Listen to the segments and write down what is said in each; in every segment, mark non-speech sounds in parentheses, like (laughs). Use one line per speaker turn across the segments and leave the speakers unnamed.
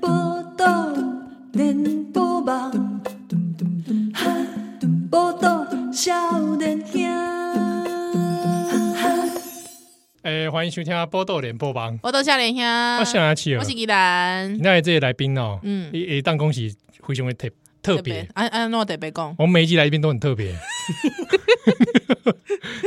报道连波网，报道少年兄。
诶、欢迎收听《波豆联播榜》，
我都少年兄，
我是阿七
啊我
儿
是。吉兰，
那这些来宾哦，
嗯
嗯，一当恭喜非常的特特别，哦
安安诺得别讲，
我们每一季来宾都很特
(laughs)
别，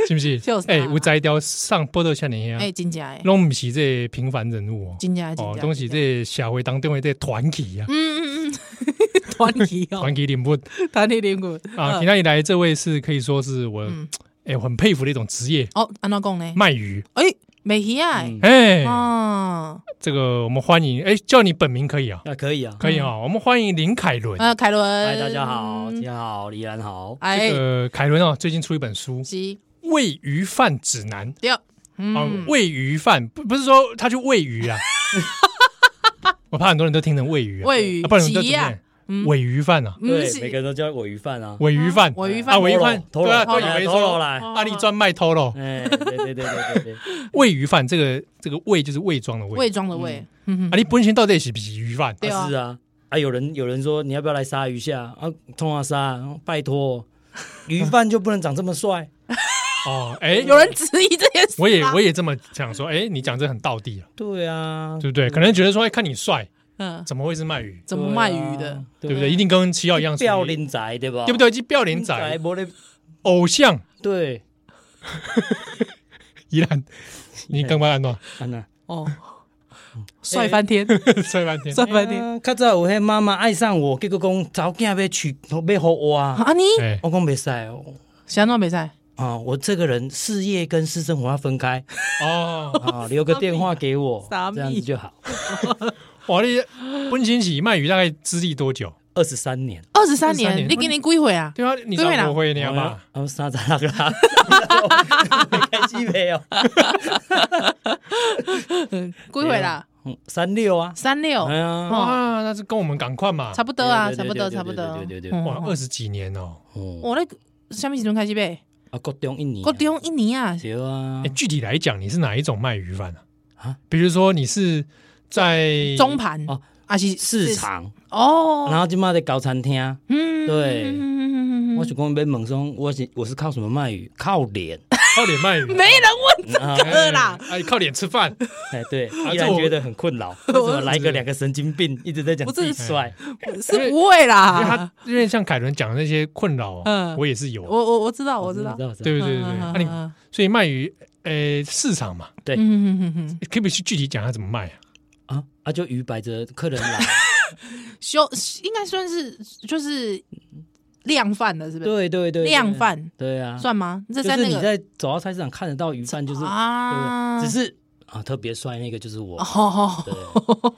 是不是
笑？死
哎、
人啊
有才调上波豆少年
哎，
兄，
真假哎，
拢不是这些平凡人物哦，
真假真
哦，
假，
拢是
真的，
这些社会当中的这些传奇啊， (laughs)
嗯嗯嗯，团体哦，
传奇人物
团体连滚
啊。今天以来这位是可以说是我
嗯
哎、我很佩服的一种职业，
哦，安怎讲呢？
卖鱼。
哎，美鱼啊，
哎、
哦，
这个我们欢迎，哎、叫你本名可以啊，
那可以啊。
可以
嗯
啊、我们欢迎林凯伦。
啊，凯伦，
嗨，大家
嗯
好，大家好，李兰好。
哎
这，个凯伦哦，最近出一本书《
是，
喂鱼饭指南》
对，
啊
嗯，，
喂鱼饭不不是说他去喂鱼啊， (laughs) 我怕很多人都听成喂鱼啊，
喂鱼
啊不然你就怎
急
么
啊
念喂鱼饭啊，
嗯
对，每个人都叫尾鱼饭啊，
喂鱼饭，
尾鱼饭
啊，
哦
尾鱼饭，
偷了
对啊，
偷
都
了
以为
偷了
说
来
阿里专卖偷了
哎，对对对对对对，
喂鱼饭，这个这个喂就是伪装的
伪
喂，
装的伪，嗯
啊，你本身到底是不是鱼饭？
对啊
啊是啊。啊，有人有人说你要不要来杀鱼下啊？冲啊杀，拜托，鱼饭就不能长这么帅。
哦，哎，
有人质疑这件事吗，啊
我也我也这么想说，哎，你讲这很道地啊，
对啊，
对不对？可能觉得说，哎，看你帅，
嗯，
怎么会是卖鱼？
怎么卖鱼
啊
的？
对不对？一定跟七号一样，
不要脸仔对吧？
对不？对？去不要脸
仔
仔，
不咧
偶像。
对，
依
(laughs)
然，你刚刚安怎
安娜。
哦，
嗯
帅翻天，
哎
吹半天？
帅翻天，
啊较早有迄妈妈爱上我，结果讲早囝要娶，要互我啊，
(laughs) 啊，你
哎，
我讲袂使哦。
是安怎袂使？
啊，我这个人事业跟私生活要分
(laughs)
开
(laughs) 哦，
啊，留个电话给我，
傻逼
这样子就好。
哇，你温馨喜卖鱼大概资历多久？
二十三年，
二十三
23
年，
年
你今年几岁啊？
对啊，你
对啦
上国会年嘛？
啊，我三十六个啦，
(laughs)
开机啊没有？
几岁啦？
嗯三六啊，
三六
哎，呀，
哦，
啊，那是跟我们赶快嘛
差，不多啊，
对
差
对
不多，
对对
差不多。
对对对对
嗯
哇，二十几年哦。
哦，
我那个什么时阵开始呗？
啊，国中一年，
高中一年啊，
对啊
哎，，具体来讲，你是哪一种卖鱼饭啊？
啊
比如说你是在
中盘
哦
啊是
市场，然
哦，
后今嘛在搞餐厅，
嗯
对
嗯嗯嗯嗯嗯嗯
我想讲被猛松，我是我是靠什么卖鱼？靠
(laughs)
脸
(laughs) 靠脸卖鱼，
没人问
啊，
这个啦，
哎，靠脸吃饭，
哎，对，
啊
依
这
然
我
觉得很困扰，为什么来个两个神
(laughs)
经病一直在讲
不
自
是
己帅？
是不会
因为
啦
他。因为像凯伦讲的那些困扰哦，
啊嗯
我也是有
我，我我知道，我知道。
道，哦
对对
对啊
对对，
嗯
那你所以卖鱼，呃，市场嘛，
对
嗯嗯嗯
可不可以具体讲它怎么卖啊？
啊啊，就鱼摆着客人来。
嗯，修应该算是就是量贩的，是不是？
对对对，对
量，贩
对啊，
算吗？这
就
在
是
那
你
个
在走到菜市场看得到鱼贩，就是
啊
对不对只是啊特别帅那个就是我，
哦，
对，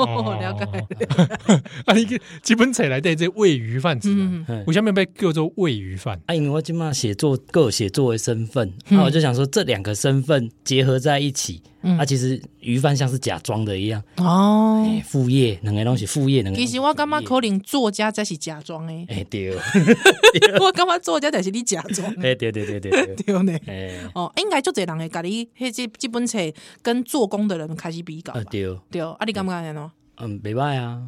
哦
了解。
(laughs) 啊，你个基本菜来对这喂鱼饭吃
嗯
啊，，
嗯
我下面被叫做喂鱼饭。 (laughs)
啊，因为我今嘛写作各有写作为身份，
嗯
那我就想说这两个身份结合在一起，
嗯
啊，其实鱼贩像是假装的一样，
哦，
哎，副业两个东西，副业两个。
其实我感觉可能作家才是假装的，
哎对，
我感觉作家才是你假装
(laughs)
的，
哎对对对对对，
对呢。
哎，
哦，应该就这人会甲你迄这这本册跟做工的人开始比较吧
啊。对，
对，啊，你感觉安怎？
嗯，没
(laughs)
办啊，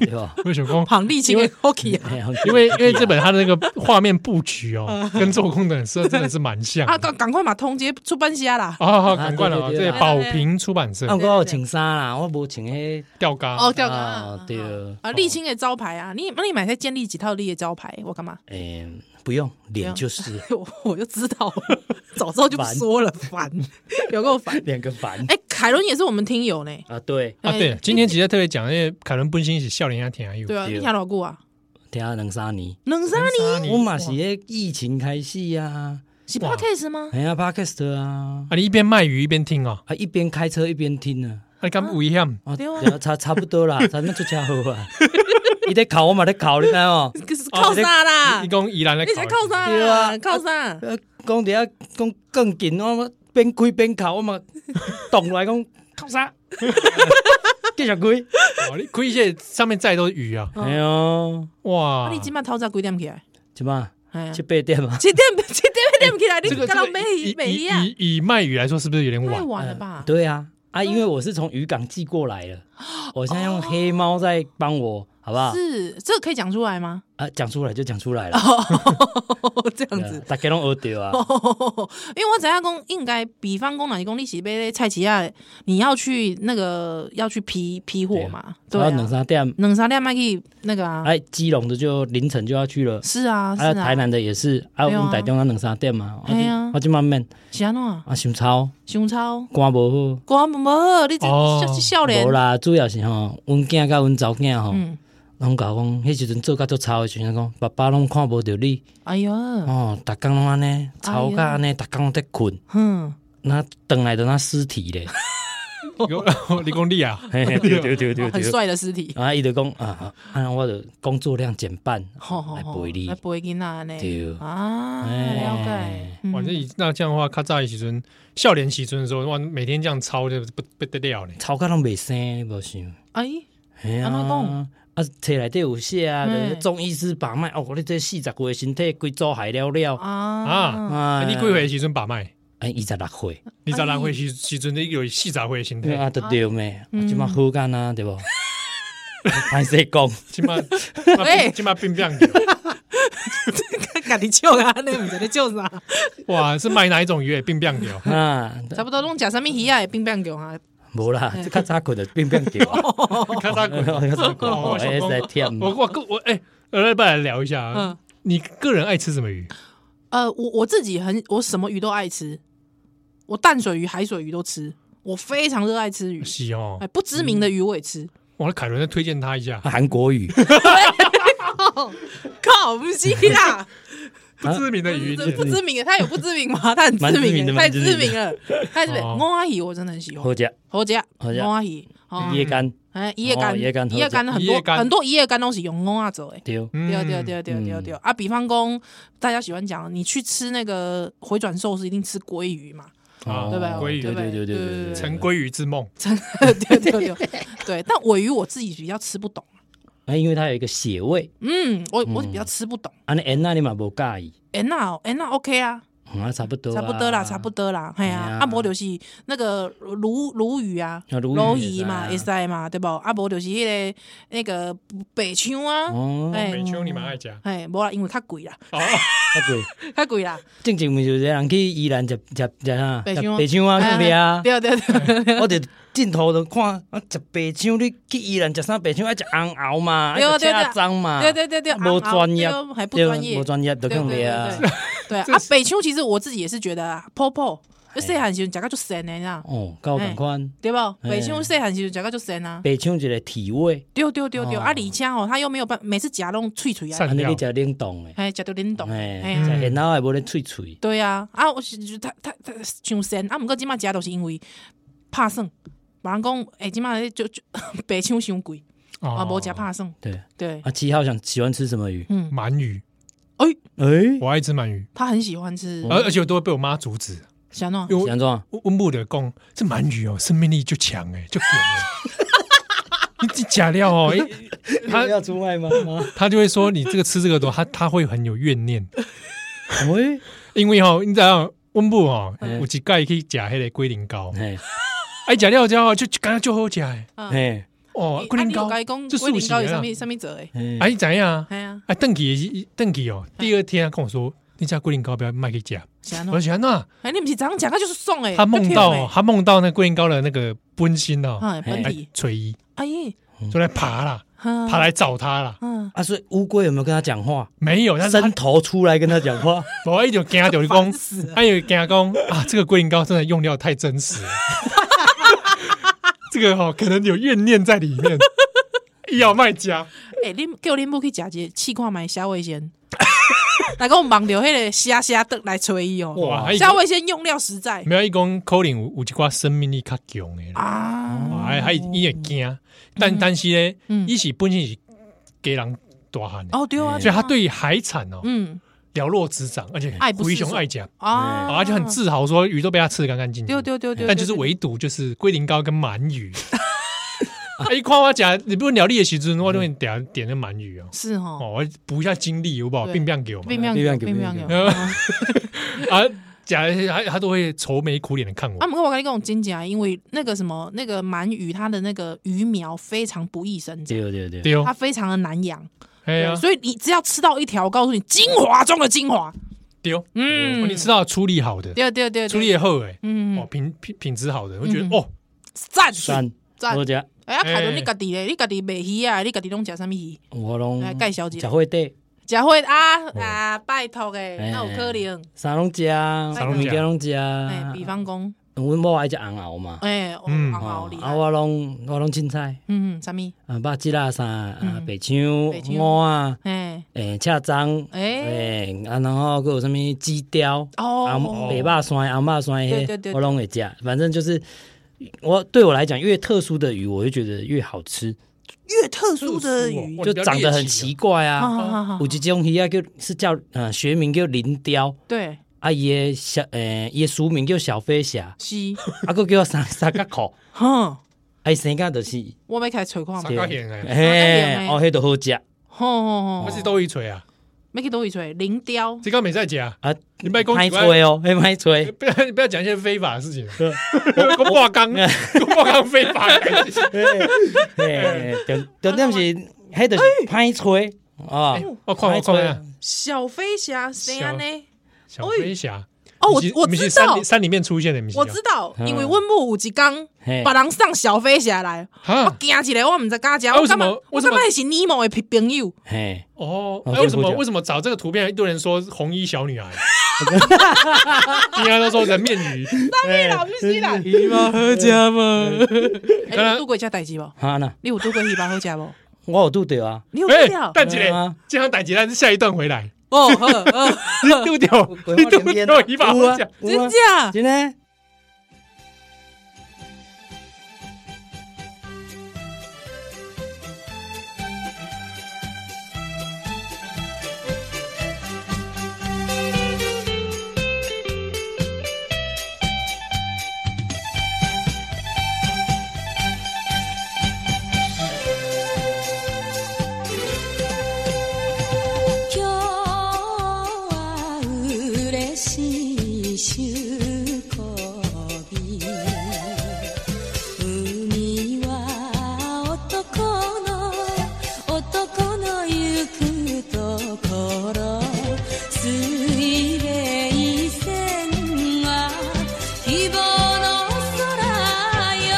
对吧？ (laughs)
为什么？
旁力清的 hockey 啊，
哎
因为因为这本它的那个画面布局
(laughs)
哦，跟做工的色真的是蛮 (laughs) 像
啊，
的。
赶赶快嘛，通街出版社啦。
啊，好赶快了啊，
对对
这
对
宝瓶出版社
啊，不过我有穿衫啦，我无穿迄
吊嘎
哦，对
啊
啊，
对
啊，沥青的招牌啊，你那你买再建立几套你的招牌，我干嘛？
诶，不用脸就是 (laughs)
我我就知道了，早知道就不说了，烦， (laughs) 有够烦。
两个烦
哎，凯伦也是我们听友呢。
啊，对，
啊，
哎
对，今天直接特别讲，因为凯伦本身是笑脸家田阿佑，
对啊，
对
你听老久啊，
听下两三年，
两三年
啊
我嘛是迄疫情开始啊，
是
哇
podcast
(laughs)
吗？
哎呀 podcast 啊，
啊，你一边卖鱼一边听哦，
啊一边开车一边听啊，
啊，你敢不危险？
啊
对啊
对啊，差差不多啦，差点出车祸啊， (laughs) 伊在考我嘛在考，你知道无？
可是靠啥啦？
你
啊你
讲依然来
在
考
靠
虑，
啥
对
啦？
啊
靠啥？
呃讲伫遐讲更紧，我边开边考，我嘛动来讲考啥， (laughs) 继续开，
哦你亏一些上面载都是鱼啊，
哦
哎呦，
哇
啊啊！你今晚透早几点起来？
怎么？
哎呀
七八点啊嘛，
七点 (laughs) 七点八点起来，
(laughs)
你
这个
跟
这
到
个
没
以
没一
以
样，
以以卖语来说，是不是有点
太
晚？
晚了
嗯
吧？嗯
对啊，啊，因为我是从渔港寄过来
(gasps)
的，我现在用黑猫在帮我，好不好？
是这个可以讲出来吗？
啊，讲出来就讲出来了，
哦，这样
对
子
啊。大家拢学掉啊。
哦， (laughs) 因为我怎样讲，应该比方讲，哪一公利息杯菜奇亚，你要去那个要去批批货嘛？对
然后两
啊，
三点，
冷沙店麦去那个啊，
哎，基隆的就凌晨就要去了，
是啊是
还有
啊，
台南的也是，啊，我
对啊
们台中啊两三点嘛，
嘿啊
我就慢慢
是安怎
啊，想操
熊超，
肝无好。
我无好，你这
哦
这笑脸
无，啦，主要是吼，阮囝甲阮查某囝吼，
嗯，
拢甲我讲，迄时阵做甲足操的时阵讲，爸爸拢看无着你，
哎呦，
哦，逐工拢安尼，操甲安尼，逐工拢在困，
哼，
那等来的那尸体咧，
(laughs)
有理工力啊，
嘿嘿对对对对
很
对，
帅的尸
(laughs)
体，
啊，伊就讲啊，啊，我就工作量减半，
吼吼
来
吼，
陪你
来，陪囡仔呢，
对
啊，
哎
了解，嗯
反正以那这样的话，咔嚓一起尊，笑脸起尊的时候，哇，每天这样操就不不得了呢。
操甲拢袂生，你无想，
哎，
嘿
安怎
啊
讲。
啊，册内底有写啊，
嘿
就是中医师把脉，哦，你这四十岁的身体规组害了了，
啊，
啊
哎你几岁起尊把脉？
哎，二十六岁，
你十六岁时时阵，你有四十岁的心
对
态，
啊，都对咩？
嗯
即马好干啊，对无？歹势讲，
起码
喂
哎起码变变
(laughs) 家己笑啊，那唔知咧笑啥。
哇，是买哪一种鱼？变变 (laughs) 掉，
啊，
(laughs) 差不多拢食啥物鱼啊，会变变叫哈。
无啦，这较早困就变变掉啊，
咔嚓滚！
较早困，
哦
我
我想
实
说
在忝
我我我哎，我来不来聊一下啊
嗯？
你个人爱吃什么鱼？
呃，我我自己很，我什么鱼都爱吃，我淡水鱼、海水鱼都吃，我非常热爱吃鱼。
是哦
哎，，不知名的鱼我也
嗯
吃。
我凯伦再推荐他一下，
韩国语，
靠，不是
(laughs)
啦，
不知名的鱼，
这不知名的，他有不知名
(laughs)
吗？他很知名
蛮
太
知
知
名的
名了，太知名。
哦
欧阿姨我真的很喜欢，
好食，
好家
好吃
欧阿姨，哦
椰干
哎，一夜
哦
干，
一夜干好吃
一夜干很
一夜
多
干
很多一夜干都是用欧阿做诶。
对，
嗯
对对对对对对
嗯
啊！比方讲，大家喜欢讲，你去吃那个回转寿司，一定吃鲑鱼嘛，
啊
哦
对不对？
鲑鱼
对不
对对对对对对
成鲑鱼之梦，
对对对对对，但尾鱼我自己比较吃不懂，
啊，因为它有一个血味，
嗯，我我比较吃不懂。
安尼安那你嘛无介意，
哎那哎那 OK 啊，
嗯啊，差不多，
差不多啦，差不，多啦，哎
哎
呀
呀，
阿伯就是那个鲈鲈鱼啊，
啊鲈鱼
鲈
也
鱼
可以
嘛，
啊
会塞嘛，对不？阿伯就是那个那个北秋啊，
哦，
哎
北秋你蛮爱夹，
哎，无啦，因为较贵啦， (laughs)
哦，
太贵，
较贵
(laughs)
啦，
啊正正毋是有一个人去宜兰食食食啥，
白
食
香
白香啊，对啊，
哎 (laughs) 对对
(laughs)
对，
我伫镜头都看，啊，食白香，你去宜兰食啥白啊香？爱食红熬嘛，爱
对啊
食
对对
赤粽嘛，
对对对对，
无专业
啊啊对还不
对
专业，
无专业就
对
讲你啊
对。对对对啊，北秋其实我自己也是觉得啊泡泡，就
哎
细汉时阵食到就咸的啦，
哦，甲我共款，
对不？
哎哦
北秋细汉时阵食到就咸啊。
白香一个体味，
对对对对，
哦
啊，而且哦，他又没有办，每次夹拢脆脆啊，
散
安尼
掉
你食冷冻诶，
哎，夹到恁懂，哎
哎，
呀，
食现脑也无咧脆脆，
对啊，啊，我是就他他他上身，啊，毋过即马夹都是因为怕算，别人讲，哎，即马就 (laughs) 就白枪伤贵，
哦
哦
啊，无食怕算，
对。
对，
啊，七号想喜欢吃什么鱼？
嗯，
鳗鱼，
哎，
诶，
我爱吃鳗鱼，
他很喜欢吃，
哦
而而且我都会被我妈阻止，
想喏，
因为
想怎？
我温布的讲，这鳗鱼哦，生命力就强哎，就强哎， (laughs) 你你假料
(laughs)
哦，哎他
要出 (laughs) 卖吗？
他就会说你这个吃这个多，他他会很有怨念，
喂，
因为哦，你知道温布哦，
嗯
有一盖去假迄个龟苓膏，啊
哎
哎假料之后就感觉就好假哎，
啊
哎
哦
哎
龟
啊
苓
你有
膏
甲伊讲，
这
龟
素
苓
食
膏有啥
啊
物，啥物做诶，
哎
哎，
你怎样啊？
哎呀，
哎邓吉邓吉哦，第二天他跟我说，你家龟苓膏不要卖给假，
想
我
喏
说，想那
哎，你毋是早上食到就是爽诶，
他梦
就
到
甜
哦，他梦到那龟苓膏的那个温馨哦
的，哎，本
哎
体，
垂衣
哎耶，
就来爬啦。
哈
他，来找他啦，
嗯，
啊，所以乌龟有没有跟他讲话？
没
哎
有，但是
伸
他
头出来跟他讲话，
我一直惊到你讲，
死了，
他有惊讲啊，这个龟苓膏真的用料太真实了，这个哦可能有怨念在里面，要卖家
哎，你叫恁某去食一个试看卖虾味 (laughs) 鲜，来讲忙着迄个虾虾蛋来催伊哦。
哇，
哇
还
虾味鲜用料实在
没有一公口令有有一挂生命力较强的啦，
啊，
哦还还伊也惊，但但是呢，
嗯
伊是本身是给人大汉的，
哦对啊，
所以他对海产哦
嗯
了若指掌，而且
爱不释
灰熊
手
爱讲，
啊，
而且哦很自豪说鱼都被他吃的干干净净
丢，丢丢丢， (laughs)
但就是唯独就是龟苓膏跟鳗鱼。啊，一夸我讲，你不鸟你的时阵，我就会点点那鳗鱼哦。
是嗯哦，
哦，我补一下精力，有把
对
病病给我嘛
并没有，
力量给
并没有
力，量
给 (laughs) 啊，假的他他都会愁眉苦脸的看我
啊，。不过我跟你讲，真假，因为那个什么，那个鳗鱼，它的那个鱼苗非常不易生长，
(laughs) 对对对，
对哦
它，非常的难养，
哎呀，
所以你只要吃到一条，我告诉你，精华中的精华，
对哦，
嗯，
你吃到处理好的，
对对对，对
处理也好哎，
嗯
哦，品品品质好的，我觉得
嗯
哦，
赞
三
赞
我，食，
哎呀，凯伦，
哎
你家己咧，你家己卖鱼啊，你家己拢食啥物鱼？
我拢
来介绍一
食
下，
火底，
食会啊啊，拜托诶，
哦哎啊
那有可能，
啥拢食，啥
拢
物
吃
件拢食。
哎，比方讲，
阮某爱食红蚵嘛，
哎，
嗯
嗯，好厉
啊
害，
我拢我拢凊彩，
嗯，啥物？
啊肉鸡啦啥，啊
嗯
白
白
肠、
肠
鹅啊，
哎，
诶赤粽，
哎
诶啊然后佫有啥物鸡雕，
哦
啊红，白肉酸、红肉酸
对对
迄
对
我拢会食，反正就是我对我来讲，越特殊的鱼，我就觉得越好吃，
越特殊的
哦
鱼，
哇你
就
不要
长得
猎
很
奇
奇
哦
怪
啊
啊。
啊啊啊
有一种鱼啊，叫是叫呃学名叫林雕，
对，
啊伊的小诶伊的俗名叫小
(laughs)
飞侠，
是， (laughs)
啊佫叫三三角裤，
哼，
啊伊生
(laughs)
甲就是
我要开始找看
(laughs)
嘛
三，角形哎，
嘿，
的
哦迄都好食，
吼吼
我
吼
是，都一锤啊，
要去倒去找林雕，
这个没在讲，
啊
你别讲
歹
奇怪
吹哦，迄歹
(laughs)
吹，
不要不要讲一些非法的事情，啊我挂缸，我挂缸非法的事情，
嘿，重重点是迄就是歹吹哦，
哎我看啊我
歹吹
看，
小飞侠谁安呢？
小飞侠
哦，我
你是
我
你
知
是山
道
里，山里面出现的，你啊是
我知道，因为温布有一刚
嘿
把人送小飞侠来，我
啊，
惊一个，我唔知敢食，
啊
我
为什
干
么
嘛？
为
我
什么
干嘛是尼莫的朋友？
嘿，
哦，
哦
哎为什
先
么
不讲
为什么找这个图片，一堆人说红衣小
(laughs)
女孩，应该都说人面
(laughs)
鱼，
对啦，不是 (laughs) 啦。
鱼嘛好食嘛，
哎，你有拄过这代志无？
哈呐，
你有拄过鱼吧好食
(laughs)
无？
我有拄着啊，
你有
哎
拄到，？
蛋姐
对啊，
这样蛋姐，但是下一段回
(laughs)
来，
哦，
(laughs)
好好
你丢掉，你丢掉一把
有
火
啊
讲，
有
真
啊
假？
真的。
今日は嬉しい祝日海は男の男の行くところ水平線は希望の空よ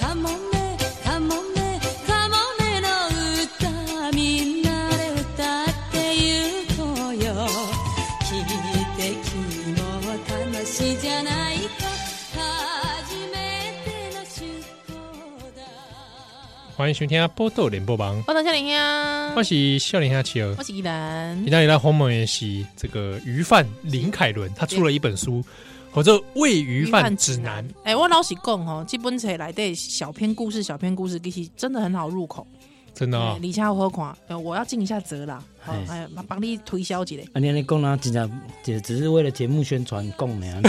かもめかもめかもめの歌みんなで歌ってゆこうよ聞いて君も楽しいじゃないか初めての出航だ
欢迎收听波豆联播榜，
我等下你呀
我，是笑脸下企鹅
我。是依兰
意。大利的红门也是这个鱼贩林凯伦，他出了一本书，叫做《喂鱼贩指南》。。
哎，我老实讲吼，这本册来的小篇故事，小篇故事其实真的很好入口。
真的
哎
啊，
李佳好看，哎我要尽一下责啦，好
哎
哎，帮你推销一下。
啊，你安尼讲啦，真正只只是为了节目宣传讲的啊，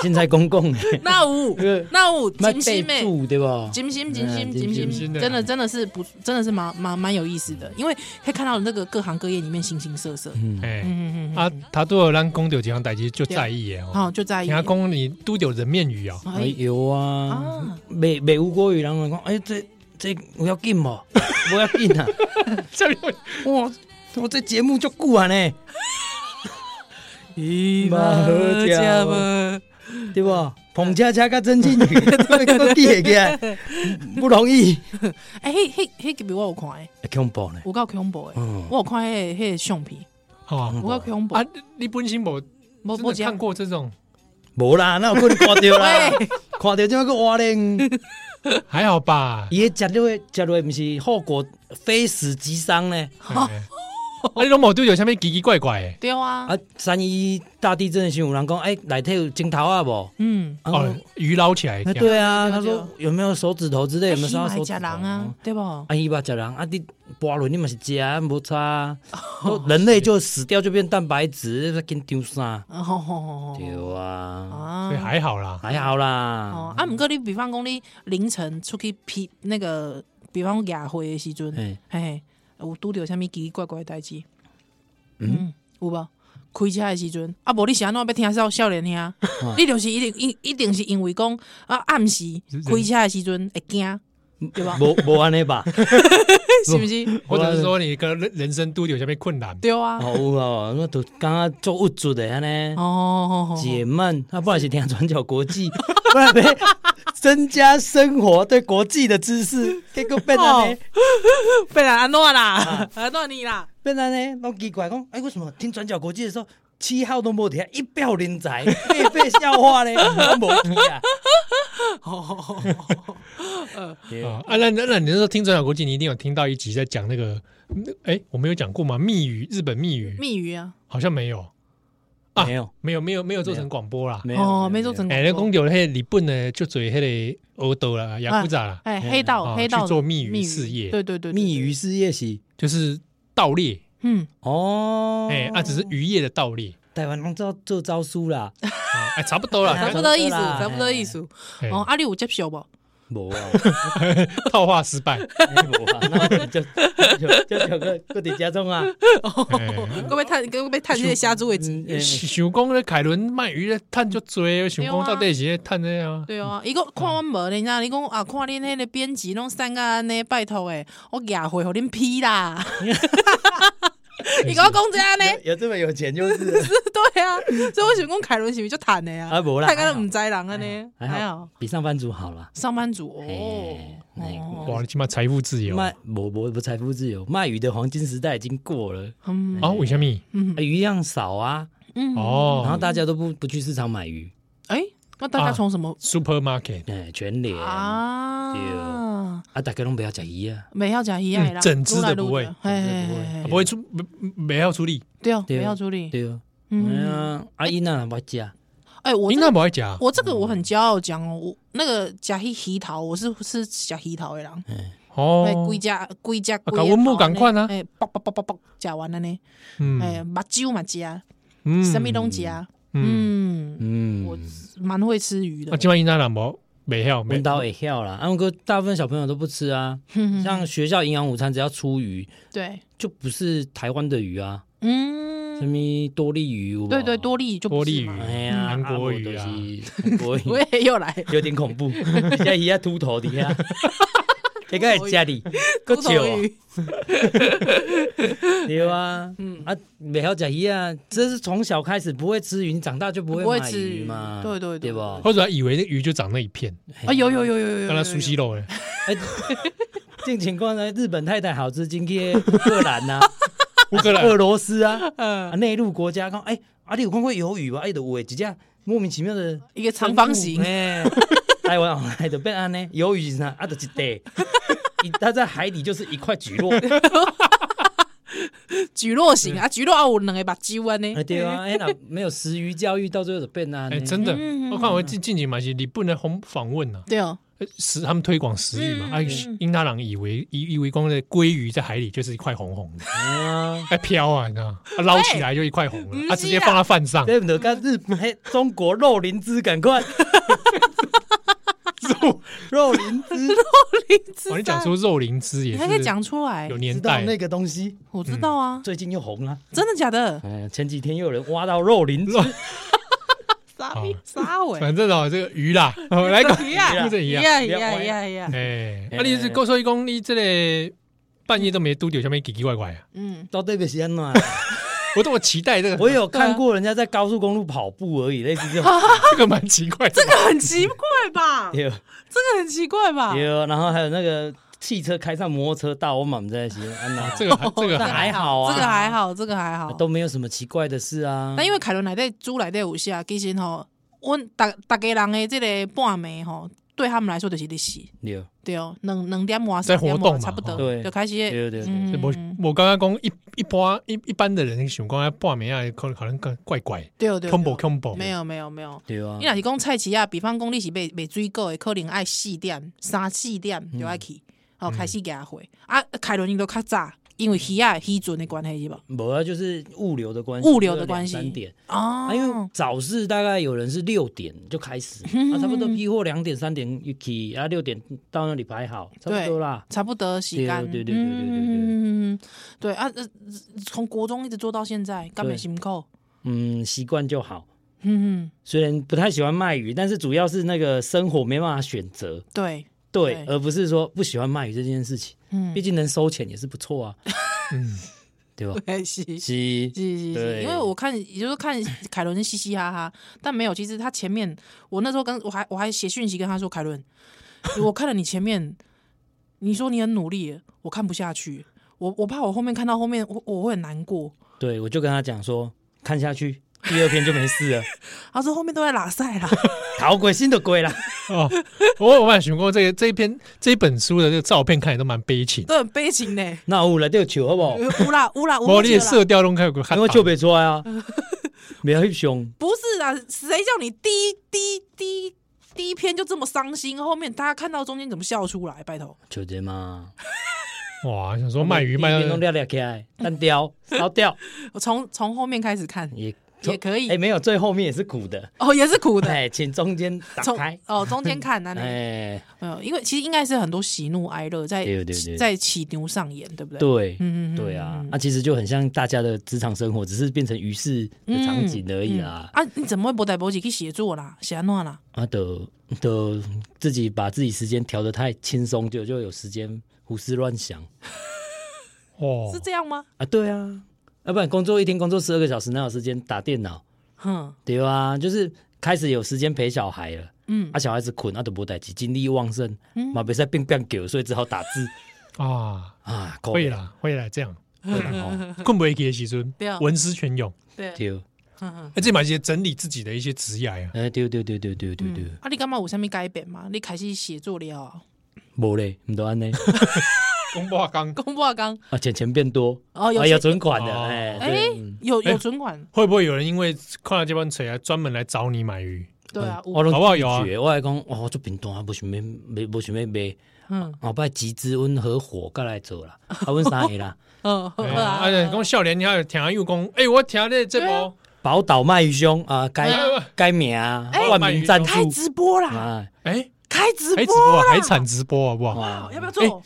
凊彩讲讲的，
那有那有，
卖
真
备
心诶。
注对不？
金星，金
嗯
星，
金
金
星
星，
的
真的真的是不，真的是蛮蛮蛮有意思的，因为可以看到那个各行各业里面形形色色。嗯
哎
嗯嗯，
啊，他对我让公丢几样代机就在意耶哦。
好，就在意
听。他公你都有人面鱼哦， (laughs)
哎
哎
有啊，
啊，
卖卖乌国语，人会讲，哎，这这有要紧无？无要紧啊！
下面
哇，我这节目足久啊呢，
鱼
嘛好吃
吗？
对不？彭恰恰甲曾庆 (laughs) 宇，都记会起来，不容易，
哎，嘿嘿嘿，给我有看诶，
会恐怖呢。
有够恐怖诶
嗯，
我有看迄迄相片，
哦
有够恐怖
啊，，你本身我
无
我
无
看过这种，
无啦，那有可能看到啦
(laughs) 喂，
看到这个活灵。
还好吧？
伊迄食落去，食落去，毋是后果非死即伤呢。
哦
哎啊，你拢冇丢有下面奇奇怪怪的
对啊
啊，，三一一大地震的时候，有人讲，哎、内底有镜头啊无？
嗯，
啊
哦，鱼捞起来
我，
这
哎，
样
对啊，
对
他
对
哎说有没有手指头之类，有没有
鱼
杀
啊
手
买
指
食
头
人啊？，对不？
啊，伊吧食人啊，你菠萝你嘛是食啊，无差
(laughs)
啊。
哦
人类就死掉就变蛋白质，紧丢啥？
哦吼吼吼吼，
对啊，
所以
啊，
还好啦。
还好啦
哦。，
嗯
啊，毋过你比方讲你凌晨出去批那个，比方讲夜会的时阵，
嘿，
嘿嘿，有拄着啥物奇奇怪怪的代志？嗯，有无？开车的时阵，啊，无你是安怎要听少少年兄？
(laughs)
你就是一定一一定是因为讲啊暗时开车的时阵会惊，对吧？
无无安尼吧？
(laughs) 是不是？
或者是说你跟人人生都有什么困难？
对啊。
哦有哦，我都刚刚做物主的安尼。
哦， (laughs)
解闷，啊，不然是听转角国际，不然别增加生活对国际的
(laughs)
知识，结果变安尼
哦被人安怎
(laughs) 啊
啦？安怎你啦？
变安尼，拢奇怪讲，哎，为什么听转角国际的时候七号都没听，一表
(laughs)
人才，被被笑话嘞，我无听啊，
哦
(laughs) 对
啊啊，那那那你那时候听转角国际，你一定有听到一集在讲那个，哎，我们有讲过吗？密语，日本密语
密语啊，
好像没有，啊
没有
没有，没有，没有做成广播啦。
没
哦，
有，
没做成功。
哎，那公有那日本的就嘴那个欧斗啦、雅库扎啦，
哎，黑道，
哦
啊
黑道
去做密语事业
对对对，对
密，语事业是
就是盗猎，
嗯，
哦，
哎啊，只是渔业的盗猎，
台湾人做做招书
(laughs)
啦，
啊哎，差不多啦，
差
哎
不多意思，
差不多啦
差不多意思。
哎
嗯
哦，啊，你有接受无？
无啊，
套话失败，
无啊，那我就就就就个个伫家中啊，
哎
各位探，各位探这个虾子位置。
嗯
想讲咧，凯伦卖鱼咧，探就追，想讲到底是咧探咧啊，
对啊，伊讲看阮无呢，那你讲啊，看恁迄个编辑拢散甲安尼，拜托诶，我牙会互恁批
(laughs)
啦。伊甲我讲这样呢，
有有这么有钱 (laughs) 就是了。
对啊，所以我想讲凯伦是毋是就趁的啊
啊，？无啦，哎
太敢都毋知人安尼，还
还
好
好，比上班族好啦。
上班族
嘿
哦，
那个
哦
哇，你起码财富自由
卖我我我财富自由，卖鱼的黄金时代已经过了，
嗯
哦，为什么？
嗯
啊鱼量少啊，
嗯，
哦，
然后大家都不不去市场买鱼，
哎，那大家从什么
supermarket
哎，全脸啊，
啊？
大家都不要讲鱼啊，
没要讲一 E 样
嗯
啦，
整只的
撸来撸
不会
嘿
整只
嘿
不会
嘿嘿
不会出没没要出力，
对哦，
对
没要处理。
对哦，哎
嗯，
呀，阿姨那不加，
哎，我
应
这
该
个
不爱讲，
我这个我很骄傲讲哦，我那个假黑鱼头，我是是假黑头的人，哎，
哦
规，家规家
啊跟我们同款啊
哎，啵啵啵啵啵，食完了呢，
嗯
哎，目睭嘛食，
嗯
什么拢食，
嗯，
嗯，
嗯，
我蛮会吃鱼
啊，
的，
今晚应该人无没要没
闻到也跳啦，啊，不过大部分小朋友都不吃啊，像学校营养午餐只要出鱼，
对，
就不是台湾的鱼啊，什
嗯，
么多利鱼有没有，
对对，多利就不
多利
是
鱼
嘛，
哎呀，
嗯韩国鱼啊
啊，不就是韩国鱼
(laughs) 我也又来，
有点恐怖，人家鱼在秃头底
(laughs)
下，你看家里够
猪头
啊
久，
鱼，
对啊，嗯啊，没有吃鱼啊，这是从小开始不会吃鱼，你长大就不会
不会
买
吃鱼
嘛，
对对对
对不？
对
或者以为那鱼就长那一片，
啊，有有有有有
跟
有，
他熟悉
了，
肉嘞，
哎，这种情况呢，日本太太好吃，今天荷兰呐、
(laughs) 乌克
俄
兰
罗斯啊，啊
嗯，
内陆国家讲，哎，啊，你有看过鱿鱼吧？哎，都有诶，几只莫名其妙的
一个长方形
生物，哎，台湾后来就变安呢，鱿鱼是啥？啊，就一
(laughs)
袋，一它在海底就是一块蒟蒻。
橘络型
哎
啊，橘络啊，有两个目睭安尼
哎，，对啊，哎，那没有食鱼教育，到最后就变啊，
哎，真
嗯
的，我看我近近期嘛是你不能红访问呐，
对哦，
食他们推广食鱼嘛，
嗯
啊，英大郎以为以以为光的鲑鱼在海里就是一块红红
(laughs)
的，
啊，
在飘啊，你知道吗？啊捞起来就一块红
哎
了，啊，直接放在饭上，
对不对？跟日嘿中国肉灵芝赶快
(laughs)
肉肉灵芝，
哦，你讲出肉灵芝也
啊
是
你还可以讲哎出来
有，嗯
知
年
道
代，
那个东西
我知道啊，
最近又红了。
真的
(laughs)
假的？
哎，前几天又有人挖到肉灵芝，
啥
好
啥喂？
哦反正哦，这个鱼啦，哦来个
鱼啊
(laughs) 跟这一
呀
样，
呀呀
(laughs)
呀！
哎，
哎
啊，你是告诉伊讲你这个半夜都没嘟掉，下面奇奇怪
(laughs)
怪啊，
嗯，
到对不起安暖。
我这么期待这个，
我有看过人家在高速公路跑步而已，类似
(laughs)
这种。
这个蛮奇怪的，
这个很奇怪
(laughs)
吧？这
有
个很奇怪吧？
有，然后还有那个汽车开上摩托车道，我满在一起，安娜，
这个还这个
这啊还好啊，
这个还好，这个还好。
都没有什么奇怪的事啊。
但因为凯伦内底猪内底有写，其实吼，阮大大家人的这个半暝吼，对他们来说就是日时，
有
对哦，两两点外
在
三点
活动
外
嘛
差不多，
哦
对
就开始嗯
对对对，
我我刚刚讲一一般一一般的人想讲半暝啊，可能可能怪怪
对对
，combo combo，
没有没有没有。
对啊
你。若是讲菜市啊，比方讲你是卖卖水果的，可能爱四点、三四点就爱去。哦，开始加回啊，凯伦伊都较早，因为鱼啊鱼船的关系是吧？
没啊，就是物流的关系，
物流的关系
两三点
哦
啊，因为早市大概有人是六点就
(laughs)
开始，
嗯
啊，差不多批货两点三点一起，啊，六点到那里排好，差不多啦。
差不多时
对
间，
对对对对对对
嗯，对啊，呃从国中一直做到现在，干本
对
辛苦，
嗯，习惯就好。
嗯，
虽然不太喜欢卖鱼，但是主要是那个生活没办法选择，
对，
对，
对
而不是说不喜欢卖鱼这件事情。
嗯
毕竟能收钱也是不
(laughs)
错啊，对吧？
对是是
是
是是
对
因为我看，也就是看凯伦是嘻嘻哈哈，但没有。其实他前面，我那时候跟我还我还写讯息跟他说，凯伦，我看了你前面，你说你很努力，我看不下去，我我怕我后面看到后面，我我会很难过。
对，我就跟他讲说，看下去，第二篇就没事
(laughs)
了，
他说后面都在拉塞啦，
逃鬼新的鬼啦。
哦，我我蛮想过这个这一篇这一本书的这个照片，看起来都蛮悲情。
都很悲情呢。
那有来就球好不好？
有啦有啦，
我
我
你
记
的
得啦
色调都开有看
因为笑不出来
(laughs)
啊，没有凶。
不是啦，谁叫你第一第一第一第一篇就这么伤心，后面大家看到中间怎么笑出来？拜托，
求姐嘛，
哇，想说卖鱼卖
弄
到
掉掉起来，单
(laughs)
雕烧掉
我从从后面开始
(laughs)
看
也
也可以
哎，没有，最后面也是苦的。
哦，也是苦的。
哎，请中间打
从
开。
哦中间看那里，
哎，
没有，因为其实应该是很多喜怒哀乐在
对对对
在起牛上演，对不对？
对，
嗯，嗯嗯
对啊
嗯，
那其实就很像大家的职场生活，只是变成于是的场景而已啦。
嗯啊，你怎么会博代博起去写作啦？写安怎啦？
啊，的的自己把自己时间调得太轻松，就就有时间胡思乱想
哦
是，这样吗？
啊。对啊，要不然工作一天工作十二个小时，哪有时间打电脑？
哼，
对啊，就是开始有时间陪小孩了。
嗯
啊，小孩子困，啊，都无代志，精力旺盛，嘛别再变变狗，所以只好打字
啊，
啊。可
会，啦会啦，这样
会啦
嗯
吼，
困不会的时阵
对啊，
文思泉涌，
对，
哦 (laughs)
啊
对，
哎，这买些整理自己的一些职业啊，
哎，对对对对对对对，
啊，你干嘛有啥物改变嘛？你开始写作了 (laughs) 啊？
无咧，唔都安尼
公话刚
公布刚
啊，钱钱变多，
哦，有
啊，有存款的，
哦
哎，
哎
对，
有
哎
有存款，
会不会有人因为看到这帮水啊，专门来找你买鱼？
对啊，有
我拢
搞不好有啊
拒绝我还讲，哦哇，我做平单，无想要买，无想要买。
嗯
后摆哦集资，阮合伙甲来做啦，啊，阮三个啦， (laughs)
嗯，好
哎
啊
而且讲笑脸，你还有听又讲，哎，我听这这波
宝岛卖鱼胸啊，改
哎
改名啊，
哎
冠名赞
开
助
直播啦，
啊，
哎，
开直
海直
播
播啊
啦，哎
海产直播好不好？
哇，
要不要做？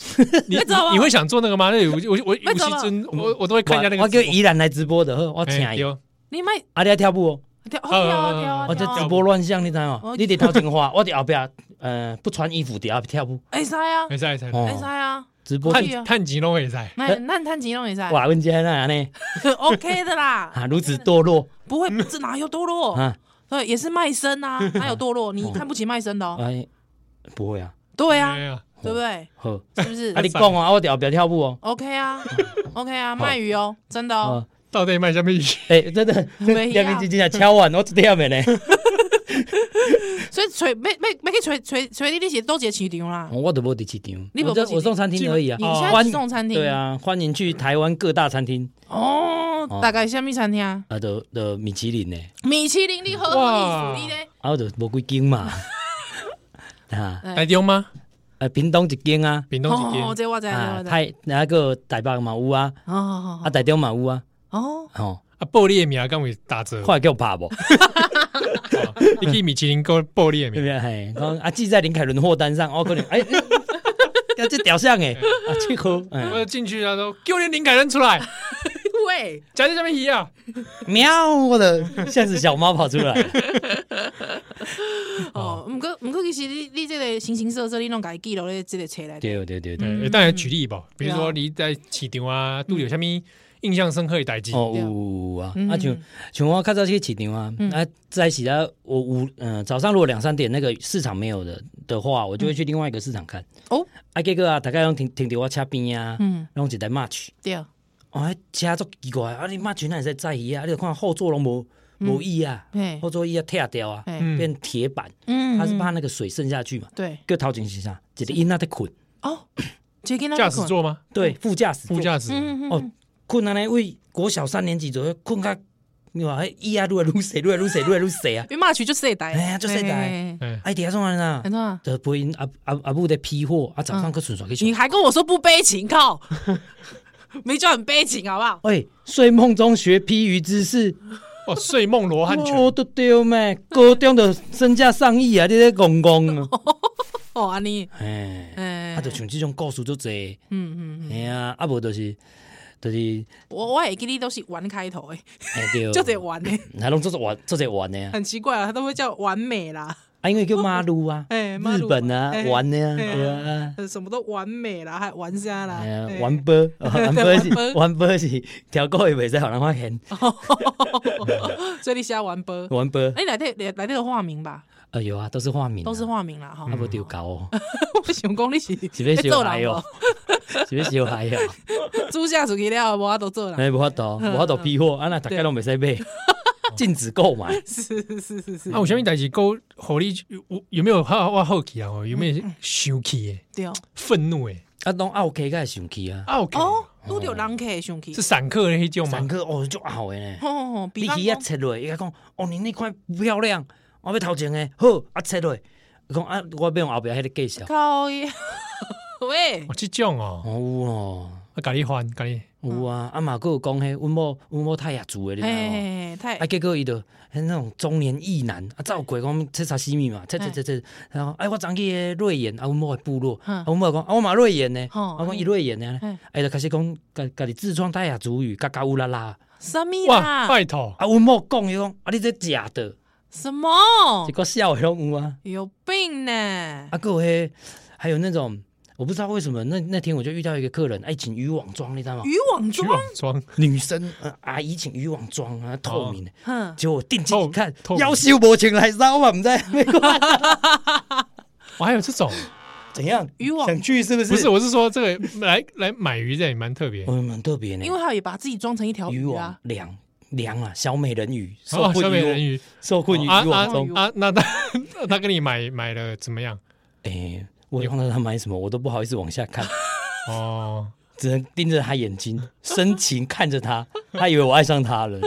你
(laughs) 要走啊
你会想做那个吗？那有我我
要走啊
有时阵我我都会看一下那个直播。
我我叫宜兰来直播的，好我请
哎
伊，
对
你卖
啊，你爱跳舞哦，
跳哦跳啊
呃
跳啊
我这
跳啊
直播乱象，你知道
哦
吗？你伫头前花，我伫后壁，呃，不穿衣服伫后壁跳舞，
会使啊，
会使会使，
哦
会使啊，
直播
可以啊
哎探探级都会使。
那那趁钱拢会使。
哇，阮今那样呢，
(laughs) OK 的
(laughs)
啦，
啊，如此堕落
不会，这哪有堕落？
(laughs) 啊，
对，也是卖身啊，哪有堕落？你看不起卖身的哦，
哎，不会啊，
对
哎
啊，
呀，
对不对？
好，
是不
啊，
是
你讲啊，我伫后壁跳舞哦，
？OK 啊，OK 啊，卖鱼哦，真的哦
啊，。
到底卖什么鱼？
哎、真的，
没
两
啊
面真正敲完，我一点的呢，
所以锤没没没去锤锤锤你你是都个市场啦，
啊我都无伫市场，
你没
我
在
这
市场
我送餐厅而已啊
啊你，
哦
现在
欢
只
迎
送餐厅
对，啊，欢迎去台湾各大餐厅
哦，
哦
大概什么餐厅？
啊，的的米其林呢，
米其林你好好
哇
意思你咧？
啊，我就无几间嘛， (laughs) 啊，
哎
台中吗？
啊，屏东一间啊，
屏东几
哦，
间？
这我知道，
啊，
这我知
台那个台北嘛有啊，
道，哦
啊，台中嘛有啊，
哦，
吼、哦，
啊，暴力的名敢有打折？
快叫我
(laughs)
拍无，
哦你去米其林购暴力的
对不
名，
对？嘿，讲啊，记在林凯伦货单上，我可能哎。 (laughs) 要这雕像诶，啊，这个
我
哎，
进去啊他说给我点灵感人出来，
喂，
夹在上面鱼啊！
喵，我的 (laughs) 像是小猫跑出来了，
哦，毋过毋过，其实你你即个形形色色，你拢家己记录咧，即个册内底。
对对对对，
对，当然举例吧，比如
嗯对啊
说你在市场啊，都有什么印象深刻的代志？
哦，
对
有
啊
有有啊，
嗯
啊像像我较早去市场啊，啊在起来我五嗯、早上如果两三点那个市场没有的的话，我就会去另外一个市场看。
哦，
啊结果啊，大概拢停停伫我车边啊，
嗯，
拢一台 match，
对，
哦，迄车足奇怪，啊你 match 哪会使载伊啊？你就看后座拢无无椅啊，
嗯嘿，
后座椅啊拆掉啊，
嘿
嗯
变铁板，
嗯，
它是怕那个水渗下去嘛。
对
个头前是啥？一个因啊在困，
哦，这个
驾驶，座吗？
嗯
对，副驾驶座哦
副驾驶？
嗯嗯嗯，！
困啊呢，为国小三年级左右困到你话迄伊啊，愈来愈细，愈来愈细，愈来愈细啊
因为嘛去就世代，
哎呀足世代
哎
哎，
哎，底下怎安啦
安？怎啊？
就陪因阿阿阿母在批货，啊，早上去顺续去
你
上。
还跟我说不悲情，靠，没叫很悲情好不好？
哎，睡梦中学批鱼知识，
哦，睡梦罗汉拳，
我都对咩？高中的身价上亿啊，你咧戆戆啊！
(laughs) 哦，安尼，
哎，
哎
啊，就像这种故事就多。
嗯嗯，
哎呀，啊无就是就是，
我我也记得都是完开头诶， (laughs)
哎对，
就得完诶，
还拢做做玩做做玩的啊，
很奇怪啊，他都会叫完美啦，
啊因为叫马路啊，
哎马
日
路
本啊
哎
玩的啊，
哎
对啊。
呃什么都完美啦，还完啥啦
哎呀，
哎
玩波，
(laughs)
哦玩波
玩哦杯
是玩波是条歌也袂使互人发现，
所以你写完波，
玩波
哎，来这来来这个化名吧，
啊有啊，都是化名啊，
都是化名啦哈
啊，。无丢搞哦，
(laughs) 我想讲你是
是要
在
小
做
孩
人
哦
无，，
是要小孩
(laughs)
哦，
租下出去了，无法度做人。
哎无法度，
嗯
无法度批货，啊那大家拢袂使买，禁止购买，
(laughs) 是是是是
啊，，有啥物代志够互你有有没有好我好奇啊？哦有没有生气诶、
对哦。
愤怒诶？
啊拢 OK 会生气啊，
啊，OK，
哦，拄着人客会生气
是。散客的迄种
三
吗？
个哦就好诶呢。
吼吼吼，比
比
方
起啊
讲
切落，伊甲讲，哦，你那块漂亮，我要头前诶，好啊切落，讲啊，我要用后壁迄个介绍，
靠呀！喂
哦，，即种哦，
哦有哦，
啊，甲你翻，甲你，
有
嗯
啊，啊嘛佫有讲迄，阮某阮某太爷煮诶，你知无？
哎，太
啊，结果伊就迄那种中年异男，啊，照过讲切沙西米
哎
嘛，切切切切，然后哎，我昨起诶瑞妍，啊，阮某诶部落，
嗯
啊，阮某讲，啊，我嘛瑞妍呢，
哦
啊，我讲伊瑞妍呢
嗯，
哎，就开始讲家家己自创泰雅主语，嘎嘎乌啦啦，
什么
哇，
啦？
拜托，
啊，阮某讲伊讲，啊，你这假的，
什么
一？个笑诶拢有啊。
有病呢？
啊，各位，还有那种我不知道为什么那那天我就遇到一个客人，哎，请渔网装，你知道吗？
渔网
去
装
网，装，
女生、呃、阿姨请渔网装啊，透明的。
哼，
结果我定睛一看
哦透透，明
妖修无情来骚嘛，我们在
我还有这种，
怎样？
渔网
想去是不是？哦
不是，，我是说这个来来买鱼这也蛮特别
我，们蛮特别呢
因。为他也把自己装成一条
渔
鱼
网
啊。
凉凉啊，小美人鱼受
哦，
困
小美人
于
鱼，
受困于
啊啊
渔网中。
啊，那他 (laughs) 他跟你买买了怎么样？
哎，我也忘了他买什么，我都不好意思往下看， (laughs)
哦，
只能盯着他眼睛，深情看着他， (laughs) 他以为我爱上他了。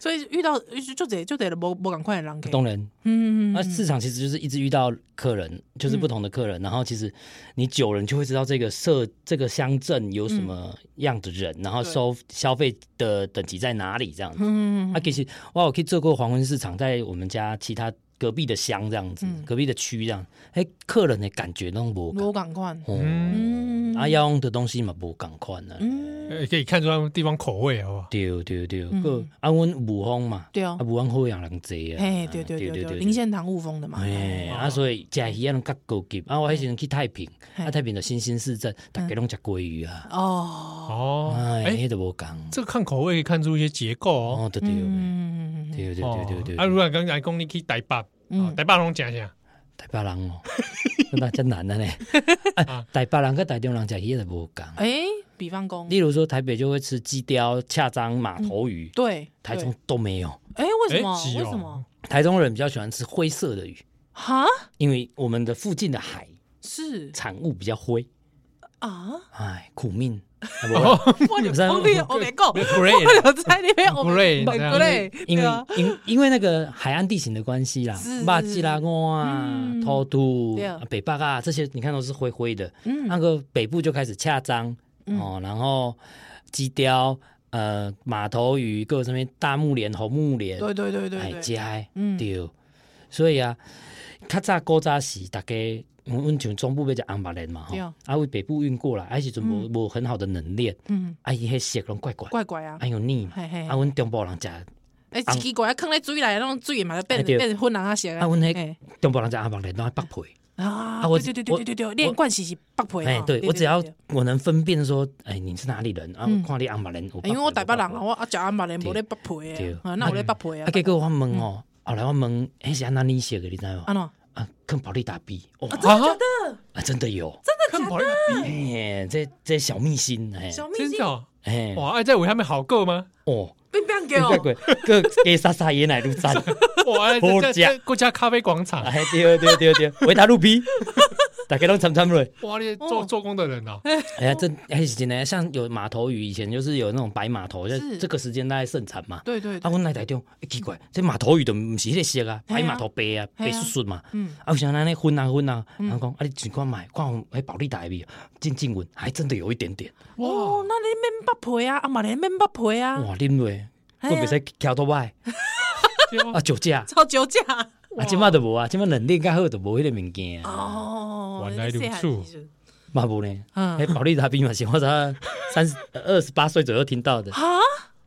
所以遇到就就得就得无无赶快的人客。
当然，
嗯嗯嗯，
那啊市场其实就是一直遇到客人，就是不同的客人，然后其实你久了，你就会知道这个社这个乡镇有什么样的人，然
嗯
后
对
收消费的等级在哪里这样子。
嗯嗯
啊，其实哇，我可以做过黄昏市场，在我们家其他隔壁的乡这样子，
嗯
隔壁的区这样，哎，客人的感觉都不
嗯，无赶快。
哦，
嗯，
嗯，
啊，要用的东西嘛不赶快呢。
嗯，
呃可以看出他们地方口味好不好？
对对对，
嗯
个啊，阮武峰嘛，
对
啊
哦，
武峰好养人济啊，
哎，对对对对，林哦献堂雾峰的嘛。
哎，啊，所以食鱼啊，拢较高级。啊，我迄时阵去太平，
嘿嗯
啊，太平就新兴市镇，大家拢食鲑鱼啊。
哦，
哦，
哎，
哎，
迄都无讲。
这个看口味可以看出一些结构哦。
哦，对对
嗯嗯嗯
对对对对对
啊，如
对，
果刚才讲你去台北，啊
嗯
台北拢讲啥？
台北人哦， (laughs) 那真难的呢。啊，台北人跟台中人食鱼都无讲。
哎，比方讲，
例如说，台北就会吃鸡雕、恰章、马头鱼，
对，
台
对
中都没有。
哎，为什么？
哎鸡
为
哦
什么？
台中人比较喜欢吃灰色的鱼，
哈，
因为我们的附近的海 (laughs)
是
产物比较灰。
啊，
哎，苦命。啊不会
我就
不是啊
讲你我没讲， (laughs)
Great，
我就在那边我
Grey，这
对
样
(laughs) 对，对
因为
啊
因因为那个海岸地形的关系啦
是，
巴基拉贡啊
嗯、
偷渡
对啊、
北坝啊这些，你看都是灰灰的。
嗯
那个北部就开始恰章
嗯
哦，然后鸡雕、呃马头鱼，各什么大木莲、红木莲、
对对对对
海
对，
家
嗯，
对。所以啊，较早古早时大家，阮阮像中部要食红白莲嘛，吼
对啊，
啊，为北部运过来，啊那时阵无无很好的冷链，
嗯，
啊，伊迄色拢怪怪，
怪怪啊
啊，有腻嘛，
嘿嘿
啊，，阮中部人食。
哎，奇怪，坑咧水来，那种水嘛就变
哎对
变混人啊些
啊，阮迄
哎
中部人在阿邦连拢北皮，
啊，
啊我
对对对对对对，练
我
惯习是北配
哎
嘛，，
对我只要
对对
我能分辨说，哎，你是哪里人啊？
嗯
我看你阿邦连，
哎因为我台北人啊，
啊。
我啊食阿嘛咧无
对
咧北配
对
的，啊，那有咧北配啊，
啊，结果我问哦，后来我问，迄是安那你写的，你知道
安
吗？
喏，
啊，跟保利达比，哦，
啊，
啊，真的有，
看跑一比，
哎，这这小秘辛，哎，
小秘
真
辛
的哦
哎，
哇！哎，在尾还没好够吗？
哦，
变变给
你
哦
再，过，个给莎莎爷奶
(laughs)
路赞，
哇！哎
(laughs) 好
在
吃 (laughs)
在国家咖啡广场，
哎，对对对对，维达路皮， (laughs) 大家都参参瑞。
哇，你做做工的人啊，
哎呀，这哎是真的，像有码头鱼，以前就是有那种白码头，就是这个时间大概盛产嘛。
对对
啊，
对，
阮来台中，哎奇怪，这码头鱼都毋是迄个色啊，
嘿啊
白码头白啊，
嘿啊
白叔叔嘛。
嗯，
啊，有啥安尼熏啊熏啊，然后讲啊，你尽管买，看有迄保利达味，进进闻，还啊真的有一点点。
哦，那你免捌皮啊，啊嘛连免捌皮啊，
哇，啉落，
嘿
我
啊哦
袂使翘到歪啊，酒驾
超酒驾
啊，即马都无啊，即马冷链较好都无迄个物件啊，
哦，
原来如此
嘛无呢。
嗯
哎，保利达比嘛是我才三十二十八岁左右听到的，
啊，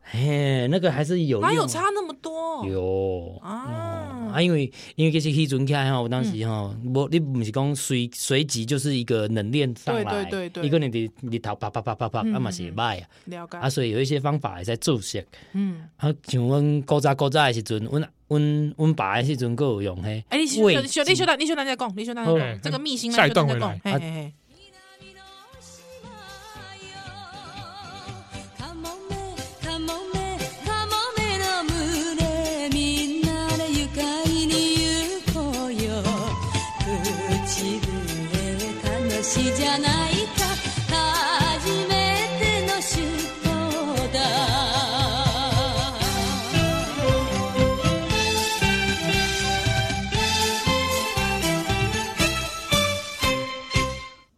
嘿，那个还是有
哪有
用啊
差哦那么多？
有
啊，
啊，因为因为其实迄阵起来吼，有当时吼，无你毋是讲随随即就是一个冷链上来，
对对对对嗯
一个人的日头啪啪啪啪啪，啊嘛是会歹啊，
了解，
啊所以有一些方法会使注射。
嗯，
啊，像阮古早古早的时阵，阮阮阮爸的时阵，佫有用迄
哎，你小
喂
小你小蛋，你小蛋在讲，你小蛋在
好
讲，这个秘辛，
下一段
咱
回
小
来
蛋在讲嘿嘿嘿，
南の島よカモメカモメカモメの群れみんなで愉快に行こうよ口笛楽しいじゃないか初めての出港だ